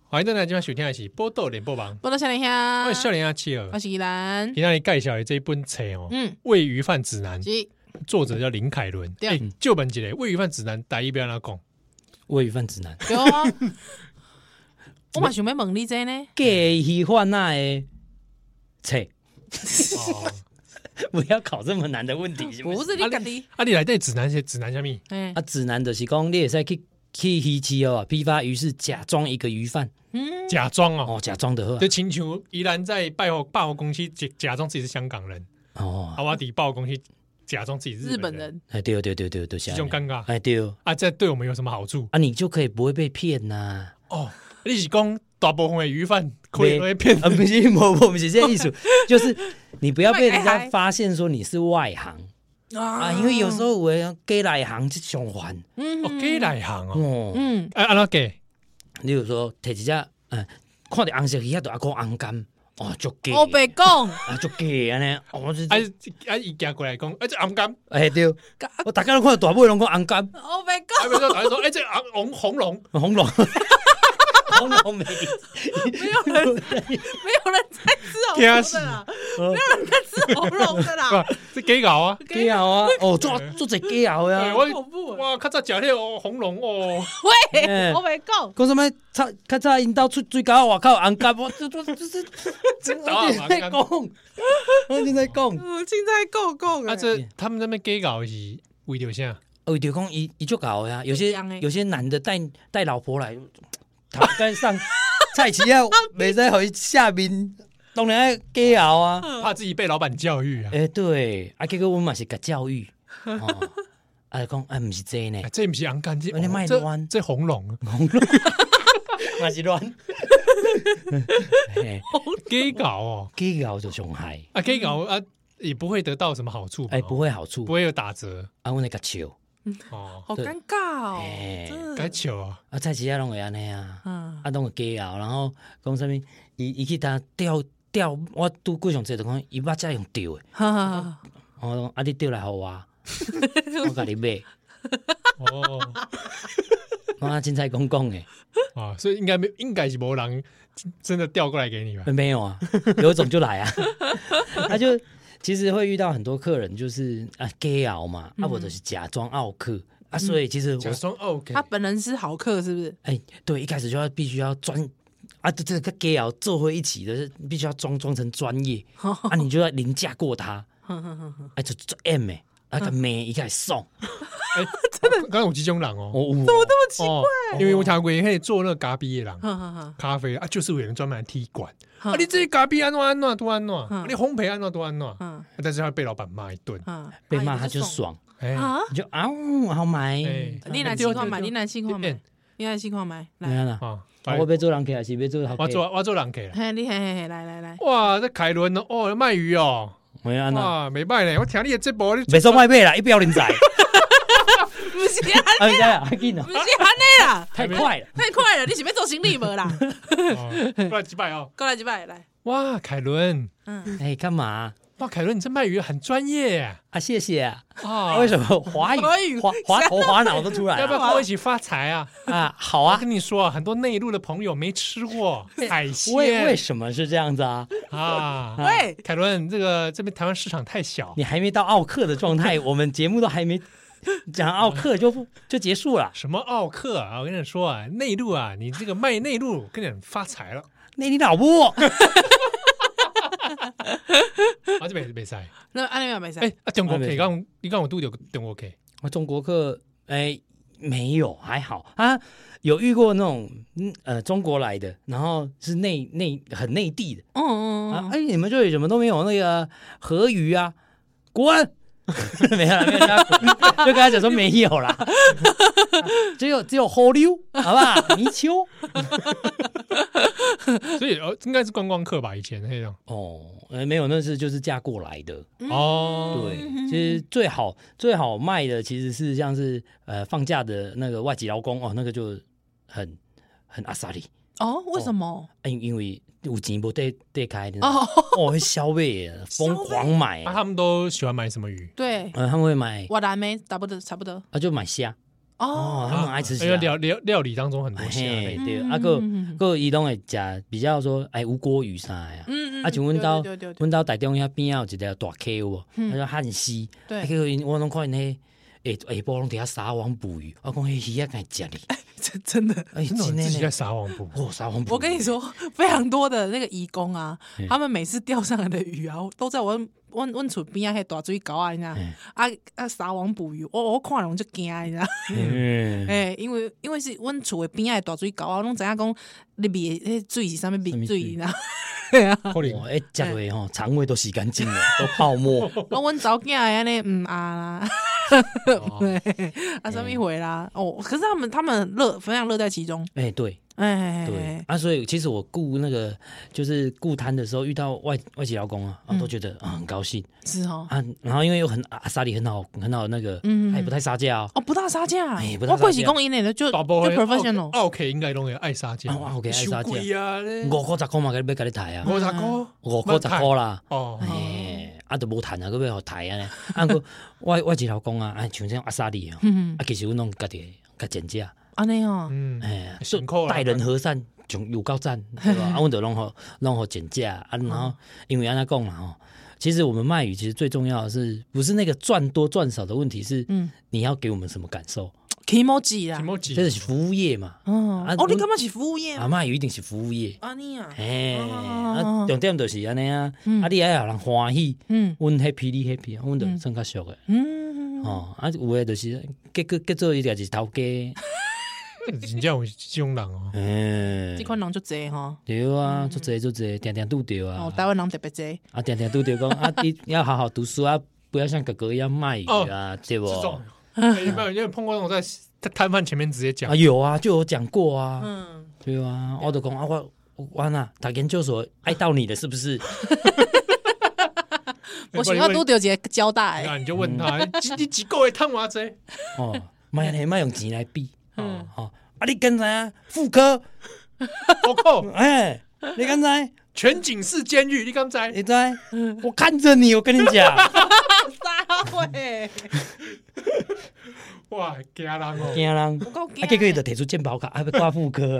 欢迎大家今晚收听的是《波豆联播网》，
波多少年兄，
我是笑脸阿七儿
我，是依兰，
平常你介绍的这一本册哦，
嗯
《喂鱼饭指 (laughs) 南》，
是
作者叫林凯伦。
对
哎，旧本一个《喂鱼饭指南》，大一不要跟他讲，
喂鱼饭指南，
对啊，我嘛想要问你这呢，
假喜欢那的切，
哦，
(laughs) 不要考这么难的问题，是不
不
是？
是你讲的，
啊，你来这指南是指南什么？
哎
啊，，指南就是讲你会使去去鱼市哦，批发鱼市假装一个鱼贩，
嗯，
假装哦，
哦，假装的好啊
就请求宜兰在拜后霸王公司假假装自己是香港人，
哦，
阿瓦迪霸王公司假装自己是
日
日本
本
人。
人，
哎对对对对对，
这种尴尬
哎对哦
啊，这对我们有什么好处？
啊，你就可以不会被骗呐。
(laughs) 哦，你是讲大部分的鱼贩可以被骗
啊，不是， (laughs) 我我们是这个意思，就是你不要被人
外
家
行
发现说你是外行啊，因为有时候我给来行这种还
嗯，
哦，给来行哦，
哦，
嗯，
啊，安怎给？
例如说摕一只嗯，看到红色鱼啊，就阿讲红柑哦，就给
我白讲，
啊，就给安尼，哦，这
啊啊，伊行过来讲，哎，这红柑，
哎对，我大家都看到大尾拢讲红柑
我白
(laughs)
讲，
啊，不说，大家说，哎，这红红红龙，
红龙。 (laughs) 红龙哦没，
没有
(laughs)
人，没有人在吃红
天啊
龙的啦，没有人在吃红龙
(laughs)
的啦，
啊，这给搞啊！
鸡熬啊！哦，做做只鸡熬
哎
呀！
恐怖
我
欸
哇，较早食迄个红龙哦，
喂，
嗯
我白讲，
讲什么？较较早因兜出水饺，外口红柑，我这这这 (laughs) 这
这
我
倒啊
就在讲，我就在讲，
我现在嗯够够
啊，
了，
这他们那边给搞是为着啥？
哦，就讲伊伊就搞呀，有些
这样的
有些男的带带老婆来，他该 (laughs) 上菜市 (laughs) 啊，袂使互伊下面，当然爱加熬啊。
怕自己被老板教育啊？
(laughs) 诶，对，啊，结果阮嘛是甲教育，哦， (laughs) 啊就讲啊，毋是这呢
哎，这不是红柑，这
你卖
这
乱
这红龙，啊
(laughs) 嘛是乱， (laughs) 嘿
给搞哦，
加熬就伤害，
啊，给搞啊，也不会得到什么好处吧，
哎，不会好处
不，会有打折
啊，阮来甲笑，
哦，
好尴尬哦
哎，
真
该
的，
球啊，
啊，菜市啊拢会安尼啊。
嗯
啊，拢会加熬，然后讲啥物，伊伊去搭钓钓，我拄过上济就讲伊捌遮用钓的，
哈哈哈。
我讲啊你钓来互我，我甲你买，
哦。 (laughs)
我啊凊彩讲讲的，
啊，所以应该没，应该是没人真真的调过来给你吧？
没有啊，有种就来啊， (laughs) 啊就其实会遇到很多客人就是啊加熬嘛，啊我就是假装傲客啊，所以其实我
假装哦 OK，
他本人是好客，是不是？
哎、对一开始就要必须要专。啊，这这个加熬做会一起的，必须要装装成专业啊，你就要凌驾过他，哎、就做 M 哎，啊个美一个送，
哎，真的，刚刚有几种人哦，
哦，怎么都
奇怪，因为我听过可以做那个咖啡的人
哈哈哈
咖啡啊，就是有人专门来踢馆啊
哈，
你这些咖啡安怎安怎都安怎，啊
嗯
你烘焙安怎都安怎，啊
嗯
但是他被老板骂一
啊
顿，
嗯，
被骂他就爽，嗯
哎，
啊！
你就啊呜好买，
哎
你来试看买，你来试看
对对
嗯
买，你来试看买，
怎
来，
样啦？
啊，
啊
来
我要做人客还是要做好
我
客？
做我做人客了，
嘿，你嘿嘿嘿，来来
(laughs)
来，
哇，这凯伦哦哦，卖鱼哦，
没安啦，
哇，没卖呢，我听你的直播，你
别说卖买啦，一不要人仔，
不是安
啊，你知道啊，紧啊
不，是安尼啦，
太快了，
太快了，你是要做行李无啦？
啊
哦不然几百哦。
过来一摆来，
哇，凯伦，
嗯，
哎，干嘛
哇，凯伦，你这卖鱼很专业啊！
啊？谢谢啊，
啊
为什么华
华
语
语
华华头华脑都出来
要不
了
要跟我一起发财啊？
啊？好
我
啊，
跟你说，很多内陆的朋友没吃
(laughs)
过海
为为
鲜
什么是这样子啊？
啊。
喂，
凯伦，这个这边台湾市场太小
(laughs) 你，还没到奥克的状态，我们节目都还没讲奥克就不 (laughs) 就结束了。
什么奥克啊？我跟你说啊，内陆啊，你这个卖内陆，跟你讲发财了，
那你老婆，
啊，这边没塞。
那安尼嘛袂使，
哎，啊，中国可
啊没
以，
事
刚你刚我都有中国可以，
(laughs) 我中国客哎没有还好啊，有遇过那种嗯呃中国来的，然后是内内很内地的
嗯嗯
啊，
嗯，
哎你们这里怎么都没有那个河鱼啊？滚！没有啦，没有啦，就 (laughs) 跟他讲说没有啦， (laughs) 只有只有河流，好不好？ (laughs) 泥鳅
所以哦，应该是观光客吧，以前那种。
哦，呃没有，那是就是嫁过来的。
嗯
哦，
对，其实最好最好卖的其实是像是呃放假的那个外籍劳工哦，那个就很很阿萨里，
哦，为什么？
因因为有钱不对对开的哦，
哦，
会消费耶疯狂买，
啊，他们都喜欢买什么鱼？
对，
呃，他们会买
我蓝莓差不多差不多，
啊，就买虾
哦，啊
哦，他们很爱吃
啊因为
虾，
料料料理当中很多虾类，
嘿对，
嗯
啊
嗯
个
嗯嗯
个伊拢会食比较说哎无锅鱼啥呀。
嗯嗯，
啊，像阮兜
对对，对
阮兜台中遐边仔啊有一条大溪有无？
嗯
他说汉溪，
对 (laughs)
啊，结果因我拢看因迄下下晡拢伫遐撒网捕鱼，我讲迄鱼啊，该食哩。
真真的。
哎，
真的
真
自己
的
在
呢，
撒网
(laughs)
捕。
哦，撒谎！
我跟你，说，非常多的那个义工啊
嗯，
他们每次钓上来的鱼啊，都在我我我厝边啊，迄大水沟啊，你知道
嗯
啊啊撒网捕鱼，我我看了我就惊，啊你知道？
嗯，
哎，因为因为是阮厝的边仔的大水沟啊，我拢知影讲你面迄水是啥物面水，你知道？对啊，
可能
我哎，食落吼，肠胃都洗干净了， (laughs) 都泡沫。
讲阮查某囝的安尼嗯啊啦，
哦
(laughs) 对啊啥
嗯
物回啦，哦，可是他们他们乐非常乐在其中，
哎，对
哎，
对啊，所以其实我雇那个就是雇摊的时候，遇到外外籍劳工啊，啊都觉得啊很高兴
是哦，
啊。然后因为又很阿萨里很好很好那个，
嗯
他也不太杀价哦。
哦，不大杀价，
哎不大
我贵
杀
是
价
讲因的就就
大部分
professional，
OK 应该拢会爱杀价，
哦，OK，爱杀价
太贵啊，
五块十块嘛，给你要给你抬啊，
五十块
五块十块啦。
哦，
哎，啊都无趁啊，佫要互抬啊咧。 (laughs) 啊个我我一老公啊，啊像这种阿萨里哦，
嗯
啊其实阮拢家己甲钱食。
安尼哦，
嗯，
哎，
辛苦啦
待人和善，从有高赞，对
(laughs)
吧？啊，阮就拢互拢互减价啊，然
哦
后因为安那讲啦吼，其实我们卖鱼其实最重要的是不是那个赚多赚少的问题，是
嗯
你要给我们什么感受？
起毛几啦
提，莫吉
这是服务业嘛，
嗯，
啊
哦，你
我
感觉是服务业
啊，
吗？
卖鱼一定是服务业。
安尼啊，
哎，
哦
啊，重点就是安尼啊，啊，你爱让人欢喜，
嗯
阮 happy 你 happy，阮就算较俗诶。
嗯，
哦，啊，有诶，就是结果结做伊就是头家，
真正有这种人哦，
嗯
这，款人就多吼，
对啊，做这做这，定定拄着啊
哦，，台湾人特别多，
啊，定定拄着
(laughs)
讲啊，你要好好读书啊，不要像哥哥一样卖鱼啊，对不
哦这？种有没有有没有碰过那种在在摊贩前面直接讲
啊，？有啊，就有讲过啊，
嗯，
对啊，我就讲啊，我我那读研究所爱到你了，是不
(laughs)
是？
我想要拄着一个交代， (laughs)
那你就
嗯
问他，哎你你几个月摊偌济？
哦，卖呢，卖用钱来比，
嗯
哦，啊，你敢知啊？妇科，
我靠，
哎，你敢知？
全景式监狱，你敢知？
哎
你知？
嗯
我看着你，我跟你讲，
撒喂，
哇，惊人哦！
惊人。
不够
啊，结果伊就提出健保卡，还要挂妇科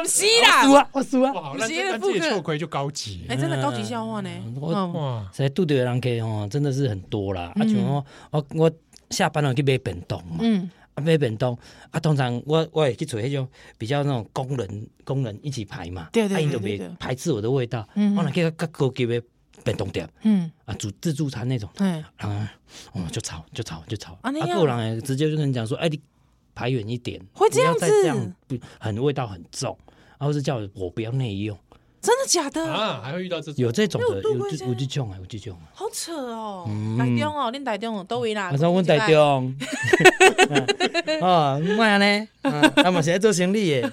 (laughs) 不是
输
啦，
啊，我输啊！
哇，
不
那
是那
那
副
这
客
个秋葵就高级
哎，真的高级笑话呢，
我
嗯
哇！
所以拄着的人客吼，真的是很多啦。啊，像我我我下班了去买便当嘛，
嗯
啊买便当啊，通常我我会去找迄种比较那种工人工人一起排嘛，
对对
啊
对
因就
对
袂
对
排斥我的味道。
嗯
我若去较高级的便当店
嗯，
啊，煮自助餐那种，
哎，
然后哦就吵就吵就吵，
啊那样
个人会直接就跟你讲说，哎你排远一点，
会这样
不要再
子
这样不很味道很重，啊或是叫我不要内用。
真的假的？
啊，还会遇到这种
有这种的，
没有对
有
过
这
这
有这种啊，有这种啊。
好扯哦，
嗯
台中哦，恁台中都位啦，
我说阮台中， (laughs) 啊，莫安尼，啊，他们是在做生
(laughs)
意的。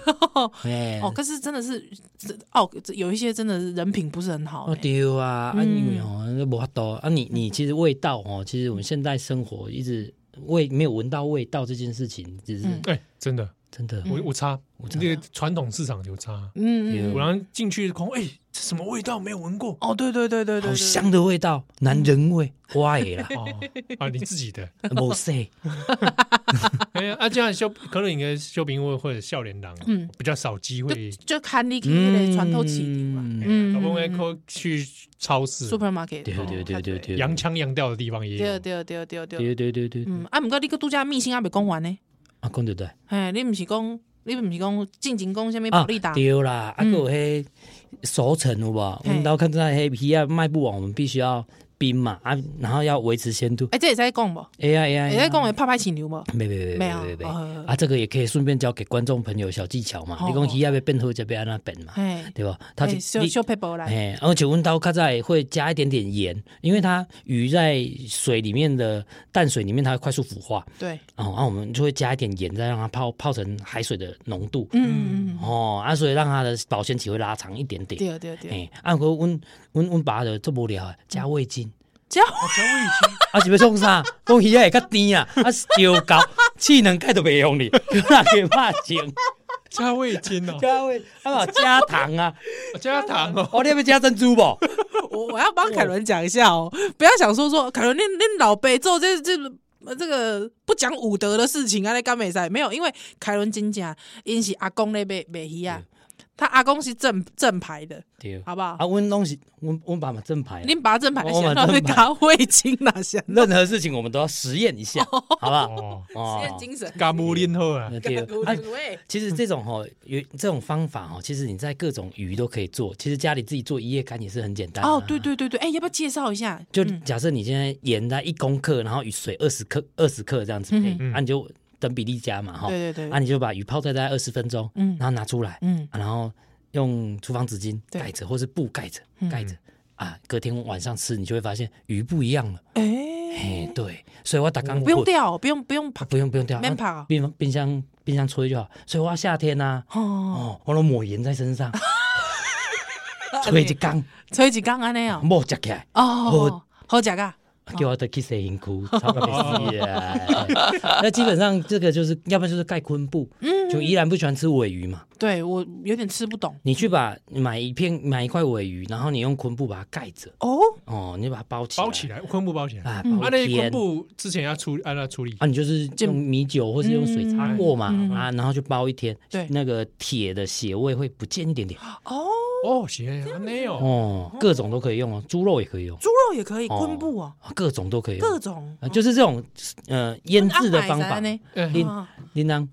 哎
哦，可是真的是这哦，这有一些真的是人品不是很好
哦，
欸，
对啊，啊，
嗯
啊因为吼，那无法度啊，你你其实味道哦，其实我们现代生活一直味没有闻到味道这件事情，就是、
嗯
哎，真的，
真的。
我我差，
我差
那个传统市场有差。
嗯，嗯
啊
我然后进去空，哎，这什么味道没有闻过？
哦，对对对对对，
好
对，
香的味道，男人味，我
嗯
也啦，
哦，啊，你自己的。 (laughs)
(laughs)
没事，
哎呀，啊，这样修可能应该修平会或者笑脸郎，
嗯
比较少机会。
就看你去那个传统市场嘛
嗯
嗯，
嗯
老公会靠去超市，
，supermarket，
对对对对对，
洋腔洋调的地方也
对
有。
对对对对，
对对对对，
嗯，啊，毋过你个拄则秘辛还袂讲完呢，
啊，讲得对
嘿，你毋是讲，你毋是讲进前讲啥物
啊
保利达，，
对啦，啊，
嗯
有迄熟成有无？我
嘿
们都看到黑皮啊卖不完，我们必须要冰嘛啊，然后要维持鲜度。
哎，这会使讲无？
哎呀哎呀，
会使讲会拍拍禽流无？
没没没
没
没
有
没没
哦好好好
啊，这个也可以顺便教给观众朋友小技巧嘛
哦。
你
哦
讲鱼啊要变好，就要安那变嘛，
嘿，
对吧？它就
嘿小
你
小 paper 来，
哎，而且温刀它在会加一点点盐，因为它鱼在水里面的淡水里面，它会快速腐化
对，
哦，然后我们就会加一点盐，再让它泡泡成海水的浓度
嗯嗯嗯，
哦，啊，所以让它的保鲜期会拉长一点点。
对对对，
哎，啊，可温温温爸就做不了的，加味精，
这样
啊是要创啥？讲鱼仔会较甜啊，啊是调高，气能盖都袂用哩， (laughs) 那给怕
(laughs)
精，
加味精哦，
加味啊嘛加糖啊，
加糖哦，
哦你要不要加珍
(laughs)
珠不？
我我要帮凯伦讲一下哦，不要想说说凯伦，你你老辈做这这呃这个不讲武德的事情啊，在干美赛没有？因为凯伦真正因是阿公那辈卖鱼啊，他阿公是正正牌的，
对，啊
好不好？
阮拢是阮阮爸嘛正牌啊。
恁爸正牌
我
先
们
让
正
你
牌
打味精拿下，
任何事情我们都要实验一下，好不
(laughs)
好？
哦，
哦
实验精神。
加木林后啊，
(laughs)
呃对
干古
啊，
灵喂
其实这种哦，有这种方法哦，其实你在各种鱼都可以做。其实家里自己做一夜干也是很简单、啊、
哦，对。对对对，哎，要不要介绍一下？
就假设你现在盐在一公克，然后水二十克，二十克这样子
嗯
配，
嗯
啊你就等比例加嘛哈。
对对对
啊你就把鱼泡在大概二十分钟，
嗯
然后拿出来，
嗯
啊然后用厨房纸巾
对
盖着，或是布盖着，
嗯
盖着啊，隔天晚上吃你就会发现鱼不一样了。
哎，
哎，对，所以我打刚
不用掉，不用不用
啊，不用不用掉，
免
啊
拍哦
冰箱冰箱冰箱吹就好。所以我要夏天呐、
哦，
哦，我都抹盐在
(laughs)
身上，吹一缸，
吹一缸安尼哦，
抹食起来，
哦，好食噶，
叫我再去洗身躯，差不
哦
多是啊。那基本上这个就是，要不然就是盖昆布，
嗯
就依然不喜欢吃尾鱼嘛。
对我有点吃不懂
你去把买一片买一块尾鱼，然后你用昆布把它盖着，
哦，
哦，你就把它包起来，
包起来，昆布包起来。
啊，
嗯
啊，
包
那昆。
天
布之前要处按它处理
啊，，你就是用米酒或是用水
嗯
擦过嘛，啊，然后就包一天，
嗯对
那个铁的血味会不见一点点，
哦，
哦，行，啊那哦，
哦，各种都可以用哦，猪肉也可以用，
猪肉也可以，
哦
昆布哦，
啊各种都可以用，
各种哦
啊就是这种呃腌制的方法。
呢。
嗯
叮
啊
叮当，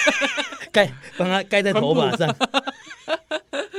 (laughs) 盖帮它盖在头发上，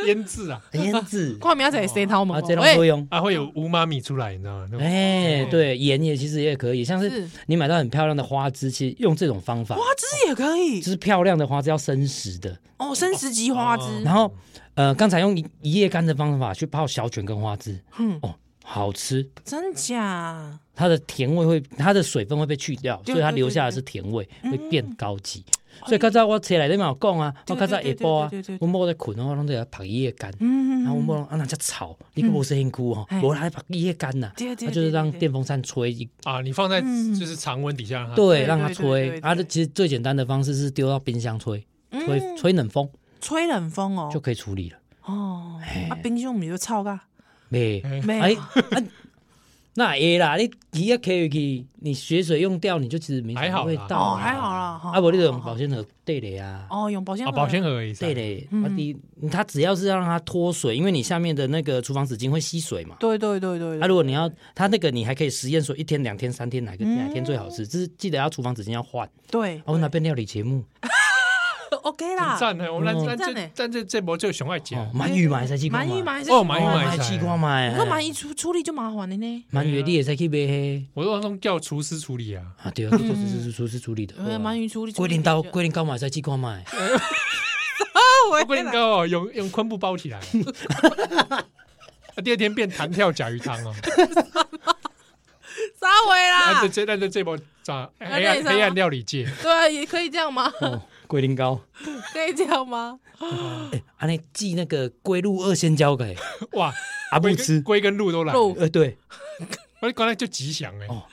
腌制啊，
腌
(laughs)
制
看明仔载生头毛
哎啊，
哦，
这种作用。
啊会有无妈咪出来，你知道吗？那种
哎，对，盐也其实也可以，像是
是
你买到很漂亮的花枝，其实用这种方法，
花枝也可以
就是漂亮的花枝要生食的，
哦，生食级花枝
然，后呃，刚才用一一夜干的方法去泡小卷跟花枝，
嗯，
哦，好吃，
真假？
它的甜味会，它的水分会被去掉，
对
所以它
对
留
对
下的
对嗯哦
是甜味，会变高级。所以刚才我起来你嘛有讲啊，我
对
刚才下
对对
晡啊
对对对对，
我某在困，我拢在晒伊叶干，然
嗯，
后我某啊那只草，你个无洗身躯吼
哎，
无哦来晒伊叶干呐，
对对
它就是
对对
让
对
电风扇吹一，
啊，你放在
嗯
就是常温底下让它
对，让
对
它
对
吹
对。
啊，
对
其实最简单的方式是丢到冰箱吹，
嗯
吹吹冷风
吹冷风哦
就，可以处理了。
哦
哎，
啊，冰箱咪就臭噶，
没，
没
哎
有，
啊那会啦，你鱼啊 carry 去，你血水用掉，你就其实没
还
什
好
么
啦
味道
哦，
啊
还好啦，哈
啊，无你就用保鲜盒对的啊。
哦，嗯用保鲜
啊
盒
保鲜盒而已，
对嘞，啊你它只要是要让它脱水，因为你下面的那个厨房纸巾会吸水嘛。
对对对对，对
啊，如果你要它那个，你还可以实验说一天、两天、三天哪个哪天最好吃，就是记得要厨房纸巾要换。
嗯对
啊，我那边料理节目，
，OK
很
啦，
赞的，我们
嗯
咱咱
很赞
这
欸
咱这这波就熊爱姐，啊
哦，鳗鱼嘛，会使去
鳗鱼嘛，还是
哦鳗鱼
什么
嘛
啊
会
不过
买西瓜买，
鳗鱼处处理就麻烦了呢，
哎鳗鱼你也使去买嘿。
我都从叫厨师处理啊，
啊，对啊，厨师厨厨师处理的。哦
呃，嗯鳗鱼处理
龟苓膏，龟苓膏嘛，哎使去看买。
(laughs)
不过应该哦，用用昆布包起来，啊第二天变弹跳甲鱼
(laughs)
汤哦，
啊啥回
那
啦
这？这那这这波咋
那
黑暗
那也是啊
黑暗料理界，
对啊，也可以这样吗？ (laughs)
哦，龟苓膏，
可以这样吗？
啊，那寄那个龟鹿二仙胶
(laughs)
给
哇，
(laughs) 阿
龟
布
跟
吃。
龟跟鹿都来了，
鹿
呃，对，
我刚才就吉祥哎，
哦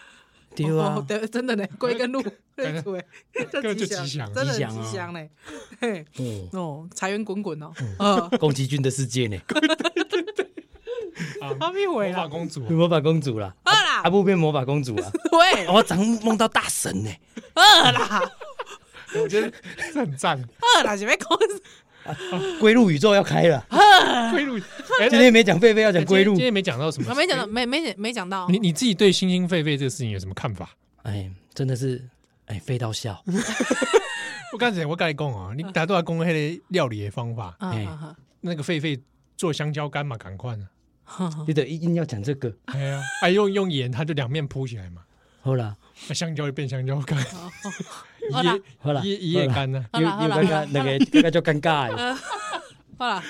对啊
(laughs) 哦，对，真的呢，归根路，对
感觉
对，
根本就
这吉祥，
吉祥
真的
吉
很
祥啊
吉祥呢，嘿，
哦，
哦，财源滚滚哦，呃，
宫崎骏的
(laughs)
世界呢，
阿咪回
啊魔法
啦，
公主
魔法公主啦，
(laughs) 好啦
阿布变魔法公主啊，
(laughs) 喂，
我昨天梦到大神呢，
饿啦，
我觉得这很
(laughs)
赞。
饿啦，是要讲
归路宇宙要开了，
啊
归路，哎
(laughs) 今天没讲狒狒，要讲归路
今，天没讲到什 (laughs) 么
啊，，没讲到，没没讲没讲到，哦
你你自己对星星狒狒这个事情有什么看法？
哎，真的是哎飞到笑，
我刚才我刚才讲哦，你大家都要讲迄个料理的方法，
啊
哎
啊
那个狒狒做香蕉干嘛，赶快啊！
啊啊
你得一定要讲这个，
哎呀，哎用用盐，它就两面铺起来嘛，
好啦，
那香蕉就变香蕉干，
哦好啦
好啦
(laughs) 一夜一夜干啊呢。
好
有
啦好
有
啦
尴尬，那个那个就尴尬了，
好啦。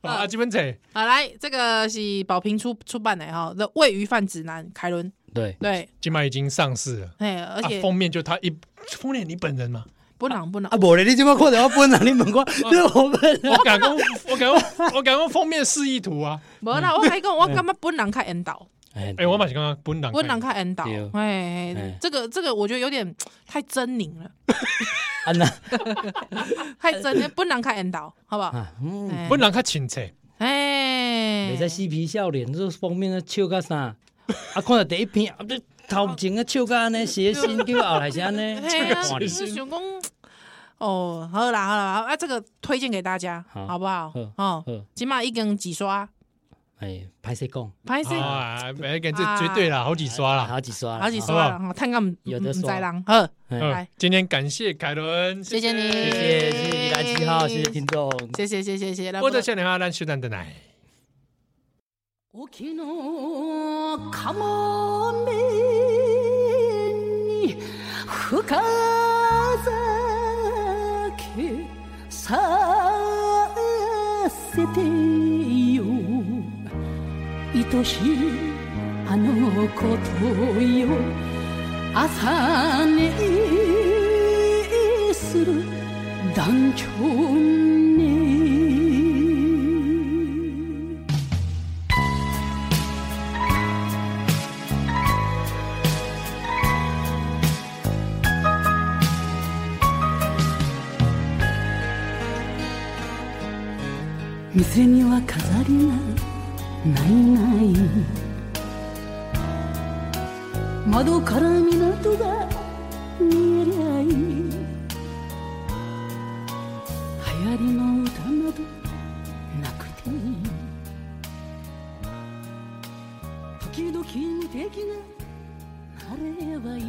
啊啊，基本仔，
好，来，这个是宝瓶出出版的哈，《的喂鱼饭指南》凯伦，
对，
对，
今麦已经上市了，
哎，而
啊
且
封面就他一封面你本人嘛，
不能不能
啊，，无咧，你即摆看到我本人，你问我，你我啊本人
我
啊
敢讲，我敢讲，我敢讲封面示意图啊！
无啦，我还讲，我感觉本人较引导，
哎
哎，我嘛是刚刚本人，
本人较引导
对，
哎，哎
哎
这个这个我觉得有点太狰狞了，
安娜
太狰狞，本人较引导，好不好？
啊，嗯。
哎
本人较亲切，
哎，
袂使嬉皮笑脸，这封面啊笑到啥？啊，看到第一篇，啊，这头前啊笑到安尼，写信叫后来是安尼，
嘿啊，
看
我
哩
是想讲，哦，好啦好啦，啊，这个推荐给大家，
好
好不好
好？
哦
好，
起码已经几刷，
哎，歹势讲，
拍摄
啊，哎，这绝对啦，好几刷啦。
啊好几刷，
好几刷了，哈，哦看看
有的刷
在浪，呵，
哎，
嗯，今天感谢凯伦，
谢谢你，
谢谢谢谢大家好，谢谢听众，
谢谢谢谢谢谢，
我的笑脸哈，啊咱休蛋的奶。
沖の釜めに深酒させてよ愛しいあの子とよ朝寝する団長ね店には飾りがないない窓から港が見えりゃいい流行りの歌などなくていい時々無敵がなればいい